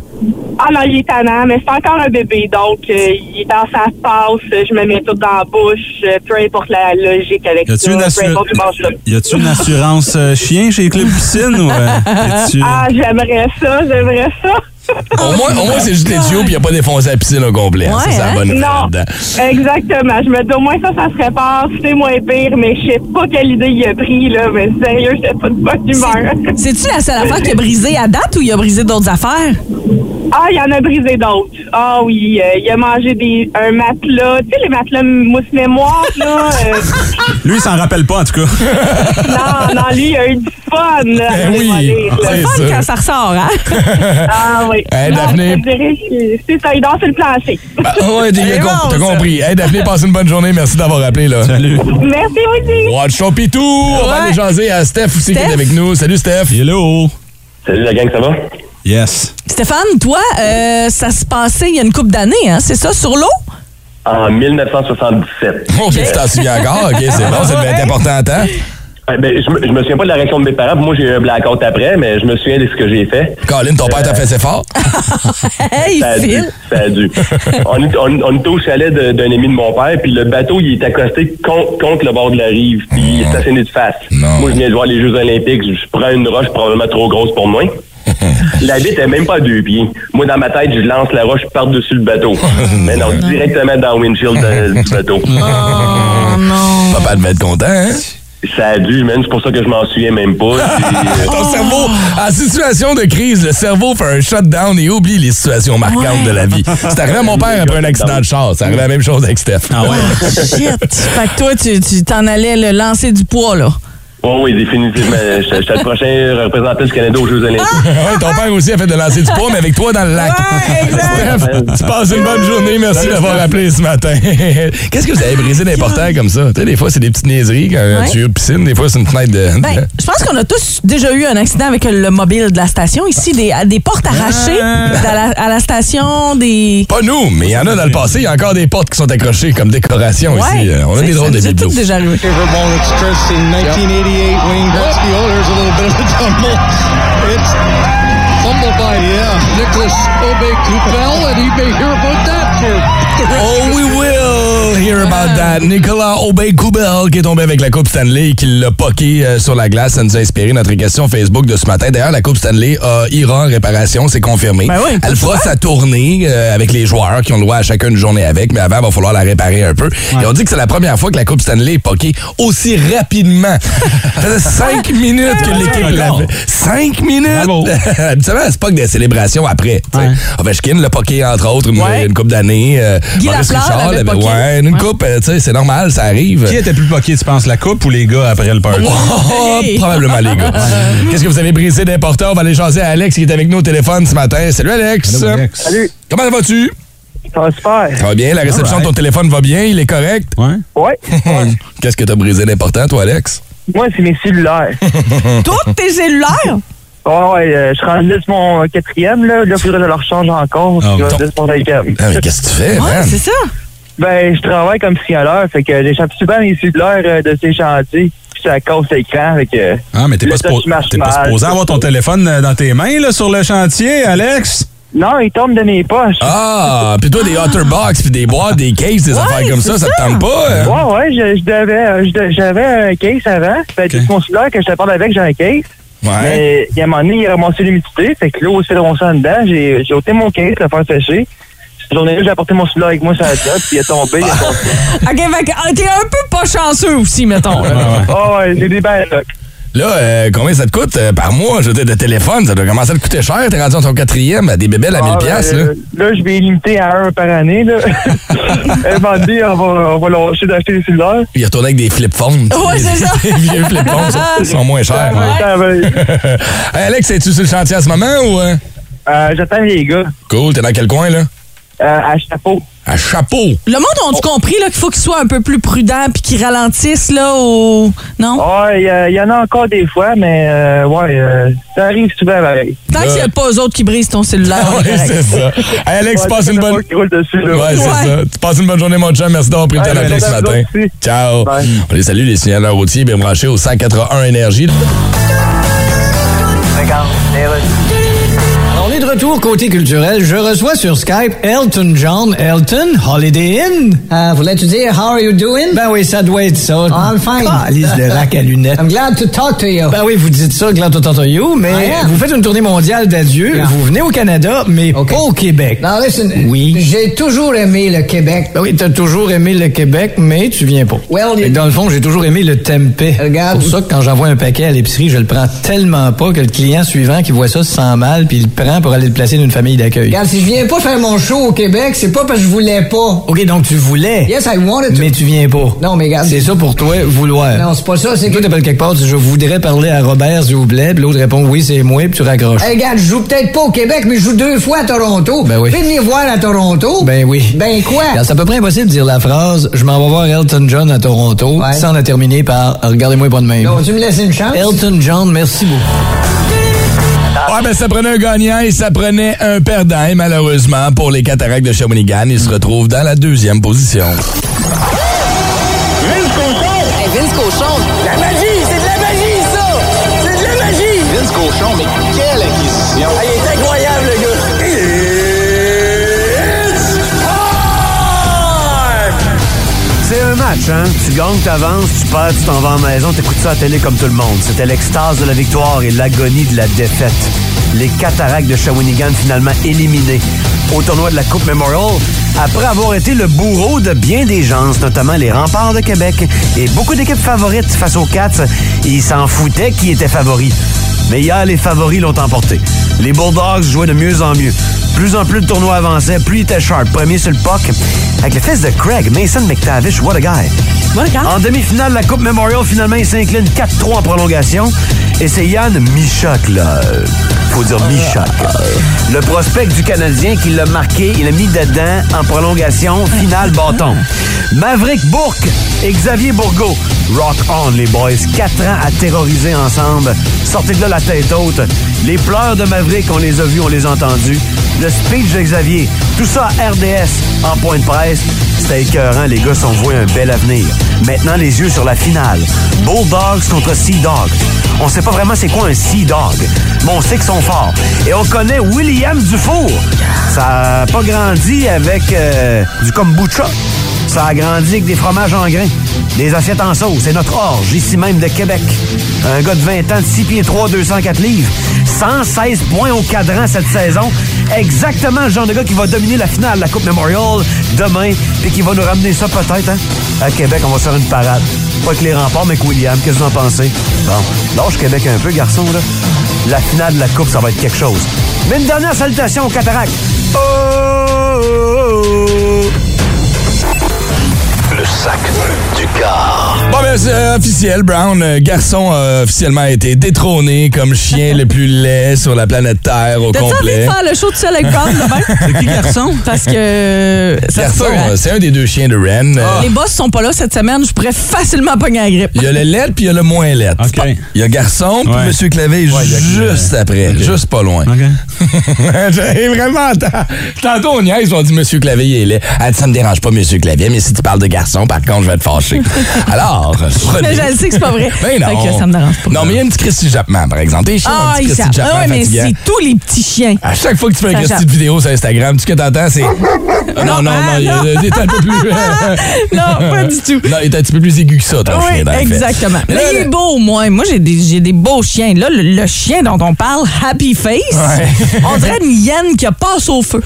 Speaker 6: Ah non, il est tannant, mais c'est encore un bébé, donc euh, il est dans sa passe, je me mets tout dans la bouche, euh, peu importe la logique avec
Speaker 5: Y a-tu
Speaker 6: ça,
Speaker 5: une,
Speaker 6: peu
Speaker 5: assur-
Speaker 6: importe je mange ça.
Speaker 5: y a-tu une assurance euh, chien chez Club Piscine ou euh, t'es-tu-
Speaker 6: Ah, j'aimerais ça, j'aimerais ça.
Speaker 4: Oh,
Speaker 3: Au moins, au moins c'est juste les tuyaux puis il a pas défoncé la piscine au complet.
Speaker 4: Ouais,
Speaker 3: ça, c'est la
Speaker 4: hein?
Speaker 3: bonne
Speaker 6: non,
Speaker 3: nouvelle dedans.
Speaker 6: exactement. Je me dis au moins ça, ça se répare, c'est moins pire, mais je sais pas quelle idée il a pris, là, mais sérieux, j'étais pas de bonne humeur.
Speaker 4: C'est-tu la seule affaire qui a brisé à date ou il a brisé d'autres affaires?
Speaker 3: Ben,
Speaker 6: Ah, il y en a brisé d'autres. Ah oui, euh, il a mangé des, un matelas, tu sais, les matelas mousse-mémoire, là. euh,
Speaker 5: Lui, il s'en rappelle pas, en tout cas.
Speaker 6: non, non, lui, il a eu du fun, là.
Speaker 3: Ben oui,
Speaker 6: Allez, là.
Speaker 3: c'est
Speaker 4: Fun
Speaker 3: ça.
Speaker 4: quand ça ressort, hein?
Speaker 6: Ah oui.
Speaker 3: Hey,
Speaker 6: Non,
Speaker 3: Daphné.
Speaker 6: je te dirais que c'est ça, il dort sur le plancher.
Speaker 3: Bah, ouais, t'as bien
Speaker 4: bon,
Speaker 3: compris, t'as
Speaker 4: ça.
Speaker 3: compris. Hey, Daphné, passe une bonne journée. Merci d'avoir appelé, là.
Speaker 5: Salut.
Speaker 6: Merci aussi.
Speaker 3: Watch ton pitou! On va
Speaker 4: Ouais.
Speaker 3: aller jaser à Steph aussi qui est
Speaker 4: Steph?
Speaker 3: avec nous. Salut, Steph!
Speaker 5: Hello.
Speaker 6: Salut la gang, ça va?
Speaker 5: Yes.
Speaker 4: Stéphane, toi, euh, ça se passait il y a une couple d'années, hein? C'est ça, sur l'eau?
Speaker 6: En 1977.
Speaker 3: Oh, tu t'en souviens encore? OK, c'est bon, ça devait être important à temps.
Speaker 6: Eh ben, je, me, je me souviens pas de la réaction de mes parents. Moi, j'ai eu un blackout après, mais je me souviens de ce que j'ai fait.
Speaker 3: Colin, ton père t'a fait ses fort.
Speaker 4: Ah. Hey,
Speaker 6: Ça a dû.
Speaker 4: Phil!
Speaker 6: Ça a dû. on, est- on, on était au chalet de- d'un ami de mon père, puis le bateau, il est accosté con- contre le bord de la rive, puis il est stationné de face.
Speaker 3: Non.
Speaker 6: Moi, je viens de voir les Jeux olympiques. Je prends une roche probablement trop grosse pour moi.
Speaker 7: La bite est même pas à deux pieds. Moi, dans ma tête, je lance la roche par-dessus le bateau. Mais non, directement dans le windshield de- du bateau.
Speaker 3: Oh non. Papa devait être content, hein?
Speaker 7: Ça a dû, man. C'est pour ça que je m'en souviens même pas. Puis,
Speaker 4: Ah.
Speaker 7: euh,
Speaker 3: Ton cerveau, en situation de crise, le cerveau fait un shutdown et oublie les situations marquantes de la vie. C'est arrivé à mon père après un accident de char. C'est arrivé la même chose avec Steph. Ah
Speaker 4: ouais? Oh, Shit! Fait que toi, tu tu t'en allais le lancer du poids, là.
Speaker 7: oh oui, définitivement. J'étais j'étais le prochain représentant du Canada aux Jeux Olympiques.
Speaker 3: ton père aussi a fait de lancer du poids, mais avec toi dans le lac. Steph, tu passes une bonne journée. Merci d'avoir appelé ce matin. Qu'est-ce que vous avez brisé d'important comme ça? Tu sais, des fois, c'est des petites niaiseries quand
Speaker 4: Ouais.
Speaker 3: tu es piscine. Des fois, c'est une fenêtre de...
Speaker 4: Ben, je pense qu'on a tous déjà eu un accident avec le mobile de la station ici, des, à- des portes arrachées
Speaker 6: Ah.
Speaker 4: à la, à la station, des.
Speaker 3: Pas nous, mais il y en a dans le passé. Il y a encore des portes qui sont accrochées comme décoration ici. Euh, On a des drôles de bibelots.
Speaker 4: déjà arrivé.
Speaker 2: Favorite ball express in 1988. Wayne Gretzky orders a little bit of a tumble. It's fumbled by, yeah, Nicholas Obey Coupel, and he may hear about that for the rest
Speaker 3: Oh, we will hear about that. Nicolas Obey-Koubel qui est tombé avec la Coupe Stanley, qui l'a poqué euh, sur la glace. Ça nous a inspiré notre question Facebook de ce matin. D'ailleurs, la Coupe Stanley euh, ira en réparation, c'est confirmé.
Speaker 1: Ben oui,
Speaker 3: Elle fera sa tournée euh, avec les joueurs qui ont le droit à chacun une journée avec, mais avant, il va falloir la réparer un peu. Et on dit que c'est la première fois que la Coupe Stanley est poquée aussi rapidement. Ça faisait cinq minutes que l'équipe l'avait. Cinq minutes! Habituellement, elle se poque des célébrations après. tu sais. Ovechkin l'a poqué, entre autres, une, une coupe d'années. euh,
Speaker 5: Guy
Speaker 3: Maurice
Speaker 5: Lafleur
Speaker 3: Richard
Speaker 5: l'avait
Speaker 3: l'avait-
Speaker 5: poqué.
Speaker 3: ouais, une
Speaker 5: Ouais.
Speaker 3: coupe, euh, tu sais, c'est normal, ça arrive.
Speaker 5: Qui était plus poqué, tu penses, la coupe ou les gars après le party?
Speaker 3: Oh, probablement les gars. Qu'est-ce que vous avez brisé d'important? On va aller jaser à Alex qui est avec nous au téléphone ce matin. Salut Alex.
Speaker 5: Allô, Alex. Salut.
Speaker 3: Comment vas-tu? Ça va super. Ça va bien, la réception de ton téléphone va bien, il est correct? Ouais.
Speaker 11: Ouais.
Speaker 3: Qu'est-ce que t'as brisé d'important, toi, Alex?
Speaker 11: Moi, c'est mes cellulaires.
Speaker 4: Toutes tes cellulaires?
Speaker 11: Ouais, ouais, euh, je rends juste mon quatrième, là. Là, faudrait que je le rechange encore.
Speaker 3: Ah,
Speaker 11: Je
Speaker 3: mais
Speaker 11: rends
Speaker 3: ton-
Speaker 11: juste mon cinquième.
Speaker 3: Ah, mais qu'est-ce que tu fais, man?
Speaker 4: ça.
Speaker 11: Ben, je travaille comme signaleur, fait que j'échappe souvent mes cellulaires euh, de ces chantiers, puis ça casse l'écran, fait que...
Speaker 5: Ah, mais t'es
Speaker 11: le
Speaker 5: pas,
Speaker 11: touch
Speaker 5: suppo-
Speaker 11: marche
Speaker 5: t'es pas
Speaker 11: mal.
Speaker 5: supposé avoir ton téléphone euh, dans tes mains là, sur le chantier, Alex?
Speaker 11: Non, il tombe de mes poches.
Speaker 3: Ah, puis toi, des Otterbox, puis des boîtes, des cases, des affaires comme ça, ça, te tente pas? hein?
Speaker 11: Ouais, ouais, je, je devais, euh, je de- j'avais un case avant. Fait que c'est mon cellulaire que je te parle avec, j'ai un case.
Speaker 3: Ouais.
Speaker 11: Mais il y a un moment donné, il a ramassé l'humidité. Fait que l'eau s'est ramassée en dedans. J'ai j'ai ôté mon case, le faire sécher. Cette journée-là, j'ai apporté mon cellulaire avec moi sur la table, puis il est tombé, il est tombé.
Speaker 4: OK, fait que, ah, t'es un peu pas chanceux aussi, mettons. là.
Speaker 11: Ah ouais, j'ai des belles
Speaker 3: Là, euh, combien ça te coûte euh, par mois? Je veux dire, de téléphone, ça doit commencer à te coûter cher. T'es rendu dans ton quatrième, à des bébelles à 1000
Speaker 11: Ah,
Speaker 3: piastres,
Speaker 11: euh,
Speaker 3: là.
Speaker 11: là, je vais limiter à un par année. Là. Elle m'a dit, on va, on va lâcher d'acheter des cellulaires.
Speaker 3: Il a tourné avec des flip phones.
Speaker 11: Ouais, c'est ça.
Speaker 3: Des vieux flip phones, ça, ils sont moins chers.
Speaker 11: Ah, ben,
Speaker 3: hein. Hey, Alex, es-tu sur le chantier en ce moment ou. euh?
Speaker 11: J'attends les gars. euh,
Speaker 3: Cool, t'es dans quel coin, là?
Speaker 11: à chapeau.
Speaker 3: À chapeau?
Speaker 4: Le monde a-tu compris là, qu'il faut qu'ils soient un peu plus prudents puis qu'ils ralentissent, là, au... Non?
Speaker 11: Ouais, il y a- il y, en a encore des fois, mais euh, ouais, euh, ça arrive souvent pareil.
Speaker 4: Tant qu'il n'y a pas eux autres qui brisent ton
Speaker 11: Ah,
Speaker 4: cellulaire. on est
Speaker 3: Ouais,
Speaker 4: correct.
Speaker 3: c'est ça. Hey, Alex,
Speaker 4: Ouais,
Speaker 3: passe
Speaker 4: c'est
Speaker 3: une
Speaker 4: la
Speaker 3: bonne. Ouais, c'est ça. Tu passes une bonne journée, mon chum. Merci d'avoir pris le temps
Speaker 5: Ouais,
Speaker 3: d'appeler ce
Speaker 5: Alex,
Speaker 3: matin. Ciao. On les salue, les signaleurs routiers, bien branchés au 181 Énergie.
Speaker 2: Alors, on est de retour côté culturel. Je reçois sur Skype Elton John. Elton, Holiday Inn. Ah, voulais-tu dire How are you doing? Ben oui, ça doit être ça. I'm fine. Ah, lise le rack à lunettes. I'm glad to talk to you. Ben oui, vous dites ça, glad to talk to you, mais vous faites une tournée mondiale d'adieu.
Speaker 12: Yeah.
Speaker 2: Vous venez au Canada, mais pas au Québec. Non, listen. Oui. J'ai toujours aimé le Québec. Ben oui, t'as toujours aimé le Québec, mais tu viens pas. Well, dans le fond, j'ai toujours aimé le tempeh. Regarde. C'est pour ça que quand j'envoie un paquet à l'épicerie, je le prends tellement pas que le client suivant qui voit ça se sent mal puis il le prend pour aller le placer dans une famille d'accueil.
Speaker 12: Regarde, si je viens pas faire mon show au Québec, c'est pas parce que je voulais pas.
Speaker 2: OK, donc tu voulais.
Speaker 12: Yes, I wanted to.
Speaker 2: Mais tu viens pas.
Speaker 12: Non, mais regarde.
Speaker 2: C'est ça pour toi, vouloir.
Speaker 12: Non, c'est pas ça, c'est que...
Speaker 2: Toi, t'appelles quelque part, tu dis, je voudrais parler à Robert Zoublet, puis l'autre répond oui, c'est moi, puis tu raccroches.
Speaker 12: Hey, regarde, je joue peut-être pas au Québec, mais je joue deux fois à Toronto.
Speaker 2: Ben oui.
Speaker 12: Fais venir voir à Toronto.
Speaker 2: Ben oui.
Speaker 12: Ben quoi?
Speaker 2: Regarde, C'est à peu près impossible de dire la phrase Je m'en vais voir Elton John à Toronto sans la terminer par Regardez-moi pas de même.
Speaker 12: Non, tu me laisses une chance?
Speaker 2: Elton John, merci beaucoup.
Speaker 3: Ouais, ben ça prenait un gagnant et ça prenait un perdant. Et malheureusement, pour les cataractes de Shawinigan, ils se retrouvent dans la deuxième position.
Speaker 13: Vince Cochon! Vince Cochon! La magie! C'est de la magie, ça! C'est de la magie! Vince Cochon, mais quelle acquisition! il est incroyable, le gars!
Speaker 14: C'est un match, hein? Tu gagnes, t'avances, tu perds, tu t'en vas à la maison, t'écoutes ça à la télé comme tout le monde. C'était l'extase de la victoire et l'agonie de la défaite. les cataractes de Shawinigan finalement éliminées au tournoi de la Coupe Memorial après avoir été le bourreau de bien des gens, notamment les remparts de Québec et beaucoup d'équipes favorites face aux Cats. Ils s'en foutaient qui était favori. Mais hier, les favoris l'ont emporté. Les Bulldogs jouaient de mieux en mieux. Plus en plus le tournoi avançait, plus il était sharp, premier sur le puck. Avec le fils de Craig, Mason McTavish, what a guy. En demi-finale, la Coupe Memorial, finalement, il s'incline 4-3 en prolongation. Et c'est Yann Michak, là. euh, Faut dire Michak. Le prospect du Canadien qui l'a marqué, il l'a mis dedans en prolongation, finale bâton. Maverick Bourque et Xavier Bourgault. Rock on, les boys. Quatre ans à terroriser ensemble. Sortez de là la tête haute. Les pleurs de Maverick, on les a vus, on les a entendus. Le speech de Xavier. Tout ça à RDS, en point de presse. C'était écœurant, les gars sont voués un bel avenir. Maintenant, les yeux sur la finale. Bulldogs contre Sea Dogs. On sait pas vraiment c'est quoi un Sea Dog, mais on sait qu'ils sont forts. Et on connaît William Dufour. Ça a pas grandi avec euh, du kombucha. Ça a grandi avec des fromages en grains, des assiettes en sauce. C'est notre orge, ici même de Québec. Un gars de 20 ans, de 6 pieds 3, 204 livres. 116 points au cadran cette saison. Exactement le genre de gars qui va dominer la finale de la Coupe Memorial demain et qui va nous ramener ça peut-être. Hein? À Québec, on va se faire une parade. Pas que les remparts, mais que William. Qu'est-ce que vous en pensez? Bon, lâche Québec un peu, garçon. là. La finale de la Coupe, ça va être quelque chose. Mais une dernière salutation au cataract. Oh, oh, oh.
Speaker 1: Le sac du car.
Speaker 3: Bon, ben, c'est euh, officiel, Brown. euh, garçon a officiellement été détrôné comme chien le plus laid sur la planète Terre au
Speaker 4: T'as-tu envie de
Speaker 3: complet.
Speaker 4: faire le show tout seul avec Brown demain?
Speaker 3: C'est qui, Garçon?
Speaker 4: Parce que. ça se
Speaker 3: Garçon,
Speaker 4: peut, hein. Ah.
Speaker 3: euh, c'est un des deux chiens de Rennes. Euh,
Speaker 4: Les boss sont pas là cette semaine, je pourrais facilement pogner la grippe.
Speaker 3: Il y a le LED puis il y a le moins LED. Il y a garçon puis
Speaker 5: Ouais.
Speaker 3: Monsieur Clavé est
Speaker 5: Ouais, il y a-
Speaker 3: juste après, juste pas loin. J'ai vraiment tant- tantôt on niaise, on dit Monsieur Clavé il est laid. Elle dit, ça me dérange pas Monsieur Clavé, mais si tu parles de garçon, par contre, je vais te fâcher. Alors,
Speaker 4: Mais
Speaker 3: prenez-
Speaker 4: je le sais que c'est pas vrai.
Speaker 3: Ben non.
Speaker 4: Fait que ça me dérange
Speaker 3: Non, mais il y a une petite Christy Jappement, par exemple. Des chiens ont
Speaker 4: Ah,
Speaker 3: un petit Ah.
Speaker 4: ils
Speaker 3: Christy
Speaker 4: savent.
Speaker 3: Jappement
Speaker 4: Ah ouais, mais
Speaker 3: fatigant.
Speaker 4: c'est tous les petits chiens.
Speaker 3: À chaque fois que tu fais
Speaker 4: Ça
Speaker 3: une
Speaker 4: jappe.
Speaker 3: petite vidéo sur Instagram, tout ce que t'entends, c'est. Ah, Non, non, non, il est- il est un peu plus.
Speaker 4: Non, pas du tout.
Speaker 3: Non, il est un petit peu plus aigu que ça, ton chien,
Speaker 4: Oui,
Speaker 3: dans le fait.
Speaker 4: exactement.
Speaker 3: Mais
Speaker 4: Mais,
Speaker 3: là,
Speaker 4: il est beau, au moins. Moi, j'ai des, j'ai des beaux chiens. Là, le, le chien dont on parle, Happy Face, on dirait une hyène qui passe au feu.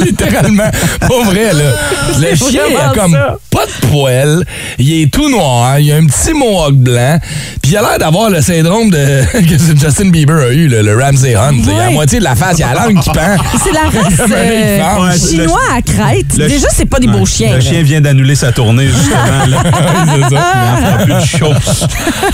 Speaker 3: Littéralement. Pas vrai, là. Le
Speaker 4: C'est
Speaker 3: chien, il a
Speaker 4: vraiment
Speaker 3: comme
Speaker 4: ça.
Speaker 3: pas de poils. Il est tout noir. Il a un petit mohawk blanc. Puis il a l'air d'avoir le syndrome de, que Justin Bieber a eu, le, le Ramsey Hunt. Il a la
Speaker 4: Ouais.
Speaker 3: moitié de la face, il a la langue qui pend.
Speaker 4: C'est la race
Speaker 3: Comme un
Speaker 4: euh,
Speaker 3: éléphant.
Speaker 4: chinois à crête.
Speaker 5: Le
Speaker 4: Déjà,
Speaker 5: chi-
Speaker 4: c'est pas des beaux
Speaker 5: Ouais.
Speaker 4: chiens.
Speaker 5: Le
Speaker 4: là.
Speaker 5: chien vient d'annuler sa tournée, justement. là. c'est ça. Il en fera plus de choses.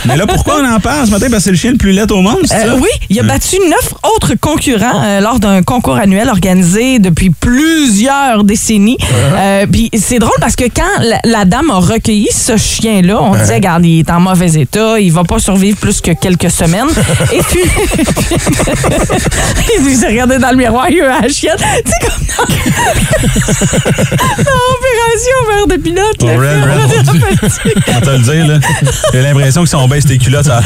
Speaker 5: Mais là, pourquoi on en parle ce matin? Parce que c'est le chien le plus laid au monde, c'est
Speaker 4: Euh,
Speaker 5: ça?
Speaker 4: oui, il a
Speaker 5: Hein?
Speaker 4: battu neuf autres concurrents euh, lors d'un concours annuel organisé depuis plusieurs décennies.
Speaker 5: Ah.
Speaker 4: Euh, Puis c'est drôle parce que quand la, la dame a recueilli ce chien-là,
Speaker 5: Ah.
Speaker 4: on disait, regarde, il est en mauvais état, il va pas survivre plus que quelques semaines. Et puis, il s'est regardé dans le miroir, il a eu la chienne. Tu sais, comme dans, dans Opération Verre de Pinotte.
Speaker 5: Pour
Speaker 4: le
Speaker 5: Red,
Speaker 4: film,
Speaker 5: Oh,
Speaker 4: on
Speaker 5: Red, mon
Speaker 4: dirait
Speaker 5: Dieu.
Speaker 4: pas-
Speaker 5: On va te le dire, là. J'ai l'impression que si on baisse tes culottes, ça.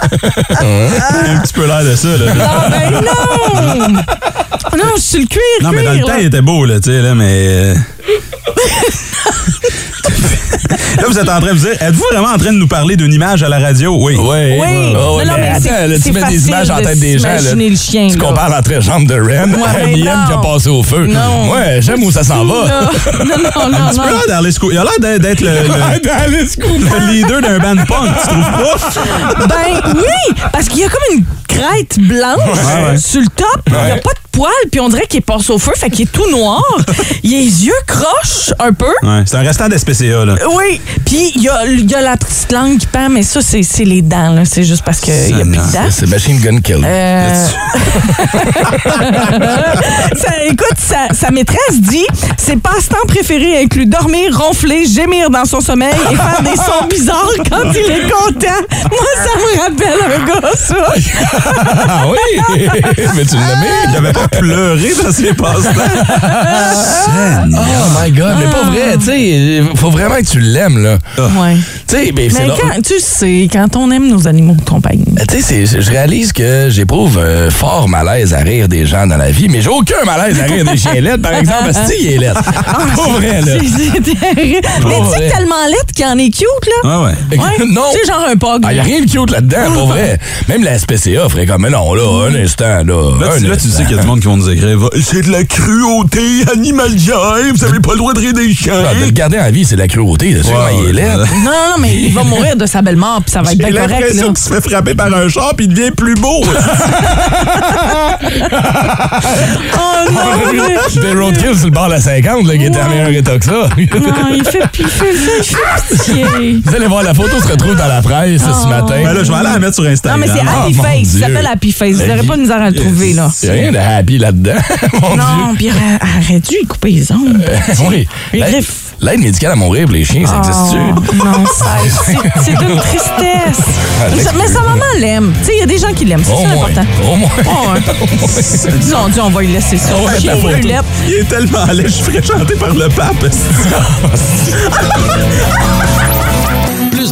Speaker 5: un petit peu l'air de ça, là.
Speaker 4: Ah, ben non! Non, je suis le cuir,
Speaker 5: Non, mais dans le
Speaker 4: cuir,
Speaker 5: temps,
Speaker 4: là.
Speaker 5: il était beau, là, tu sais, là, mais. euh, là, vous êtes en train de vous dire, êtes-vous vraiment en train de nous parler d'une image à la radio? Oui.
Speaker 3: Oui.
Speaker 4: Oui.
Speaker 3: Ah ouais,
Speaker 4: Non, non,
Speaker 3: mais
Speaker 4: mais
Speaker 3: attends,
Speaker 4: c'est-
Speaker 3: là, tu
Speaker 4: c'est
Speaker 3: mets des
Speaker 4: facile
Speaker 3: images en
Speaker 4: de
Speaker 3: tête des gens. Là.
Speaker 4: s'imaginer le chien,
Speaker 3: tu
Speaker 4: là.
Speaker 3: compares l'entrejambe de Ren
Speaker 4: Ouais,
Speaker 3: à une
Speaker 4: mais
Speaker 3: hyène qui a
Speaker 4: non.
Speaker 3: passé au feu.
Speaker 4: Non.
Speaker 3: Ouais, j'aime où ça s'en va.
Speaker 4: Non, non, non, non.
Speaker 5: Un petit
Speaker 4: non.
Speaker 5: peu l'air d'Alice Cooper. Il a l'air d'être- d'être le, le- le leader d'un band punk, tu trouves pas?
Speaker 4: Ben oui, parce qu'il y a comme une crête blanche
Speaker 5: Ouais, ouais.
Speaker 4: sur le top. Il n'y a
Speaker 5: Ouais.
Speaker 4: pas de poils, puis on dirait qu'il passe au feu, fait qu'il est tout noir. il a les yeux croches un peu.
Speaker 5: Ouais, c'est un restant d'SPCA, là.
Speaker 4: Oui, puis il y a, il y a la petite langue qui pend, mais ça, c'est c'est les dents. là. C'est juste parce qu'il n'y a plus de dents.
Speaker 3: C'est Machine Gun Kill.
Speaker 4: Euh, Ça- écoute, sa, sa maîtresse dit ses passe-temps préférés incluent dormir, ronfler, gémir dans son sommeil et faire des sons bizarres quand il est content. Moi, ça me rappelle un gars, ça.
Speaker 3: Ah oui! Mais tu le nommais?
Speaker 5: Il avait pas pleuré dans ses passe-temps. Seigneur.
Speaker 3: Oh my God, mais pas vrai. Tu sais, ben, faut vraiment que tu l'aimes, là.
Speaker 5: Ah.
Speaker 4: Ouais.
Speaker 3: Tu
Speaker 15: sais, mais c'est
Speaker 4: Mais
Speaker 15: no-
Speaker 4: quand, tu sais, quand on aime nos animaux de compagnie.
Speaker 3: Ben, Tu sais, c'est- je réalise que j'éprouve euh, fort malaise à rire des gens dans la vie, mais j'ai aucun malaise à rire des chiens laides, par exemple, parce que si, il est laid.
Speaker 4: Ah,
Speaker 3: Pour vrai, là.
Speaker 4: C'est c'est terrible. Mais tu
Speaker 3: Pour vrai.
Speaker 4: sais, tellement laide qu'il en est cute, là.
Speaker 3: Ah ouais. non.
Speaker 4: C'est genre un pug.
Speaker 3: Ah, y a rien de cute là-dedans, pour vrai. Même la SPCA ferait comme, mais non, là, un instant, là.
Speaker 5: Là, tu,
Speaker 3: un
Speaker 5: là, tu
Speaker 3: instant.
Speaker 5: sais qu'il y a du monde qui vont nous écrire va- C'est de la cruauté animalière, vous avez pas le droit de rire des chiens.
Speaker 3: Ah, de le garder en vie, c'est de la cruauté. là. C'est vraiment, il est laid. Ben,
Speaker 4: Non, non, non, mais il va mourir de sa belle mort, puis ça va être bien correct, là.
Speaker 5: se fait frapper par un char puis il devient plus beau.
Speaker 4: Oh non!
Speaker 3: C'était Roadkill sur le bord de la 50, là, qui était en meilleur état que ça.
Speaker 4: Non, il fait pi- il fait- il fait pitié.
Speaker 3: Vous allez voir, la photo se retrouve dans la presse Ah, ce matin.
Speaker 4: Ah.
Speaker 3: Ah,
Speaker 5: Ben là, je vais aller la mettre sur
Speaker 4: Non,
Speaker 5: Instagram.
Speaker 4: mais c'est Happy Face. Ça s'appelle Happy Face.
Speaker 3: Ben
Speaker 4: Vous n'aurez pas de misère à le trouver, là.
Speaker 3: Il n'y a rien de happy là-dedans. Mon
Speaker 4: Non, puis arrête- arrête dû y couper les ongles.
Speaker 3: Dieu. Oui. L'aide- L'aide médicale à mourir pour les chiens, ben, ça
Speaker 5: Ah.
Speaker 3: existe-tu?
Speaker 4: Oh, non, ça, c'est c'est d'une tristesse. Mais ça- mais sa maman l'aime. Tu sais, il y a des gens qui l'aiment. C'est
Speaker 3: euh, Au
Speaker 4: ça
Speaker 3: moins.
Speaker 4: l'important.
Speaker 3: Au moins.
Speaker 4: Ouais. Disons, disons, on va lui laisser ça.
Speaker 5: On va mettre
Speaker 4: Chien
Speaker 5: la photo.
Speaker 4: Lulette.
Speaker 5: Il est tellement laid, je ferais chanter par le pape.
Speaker 1: Plus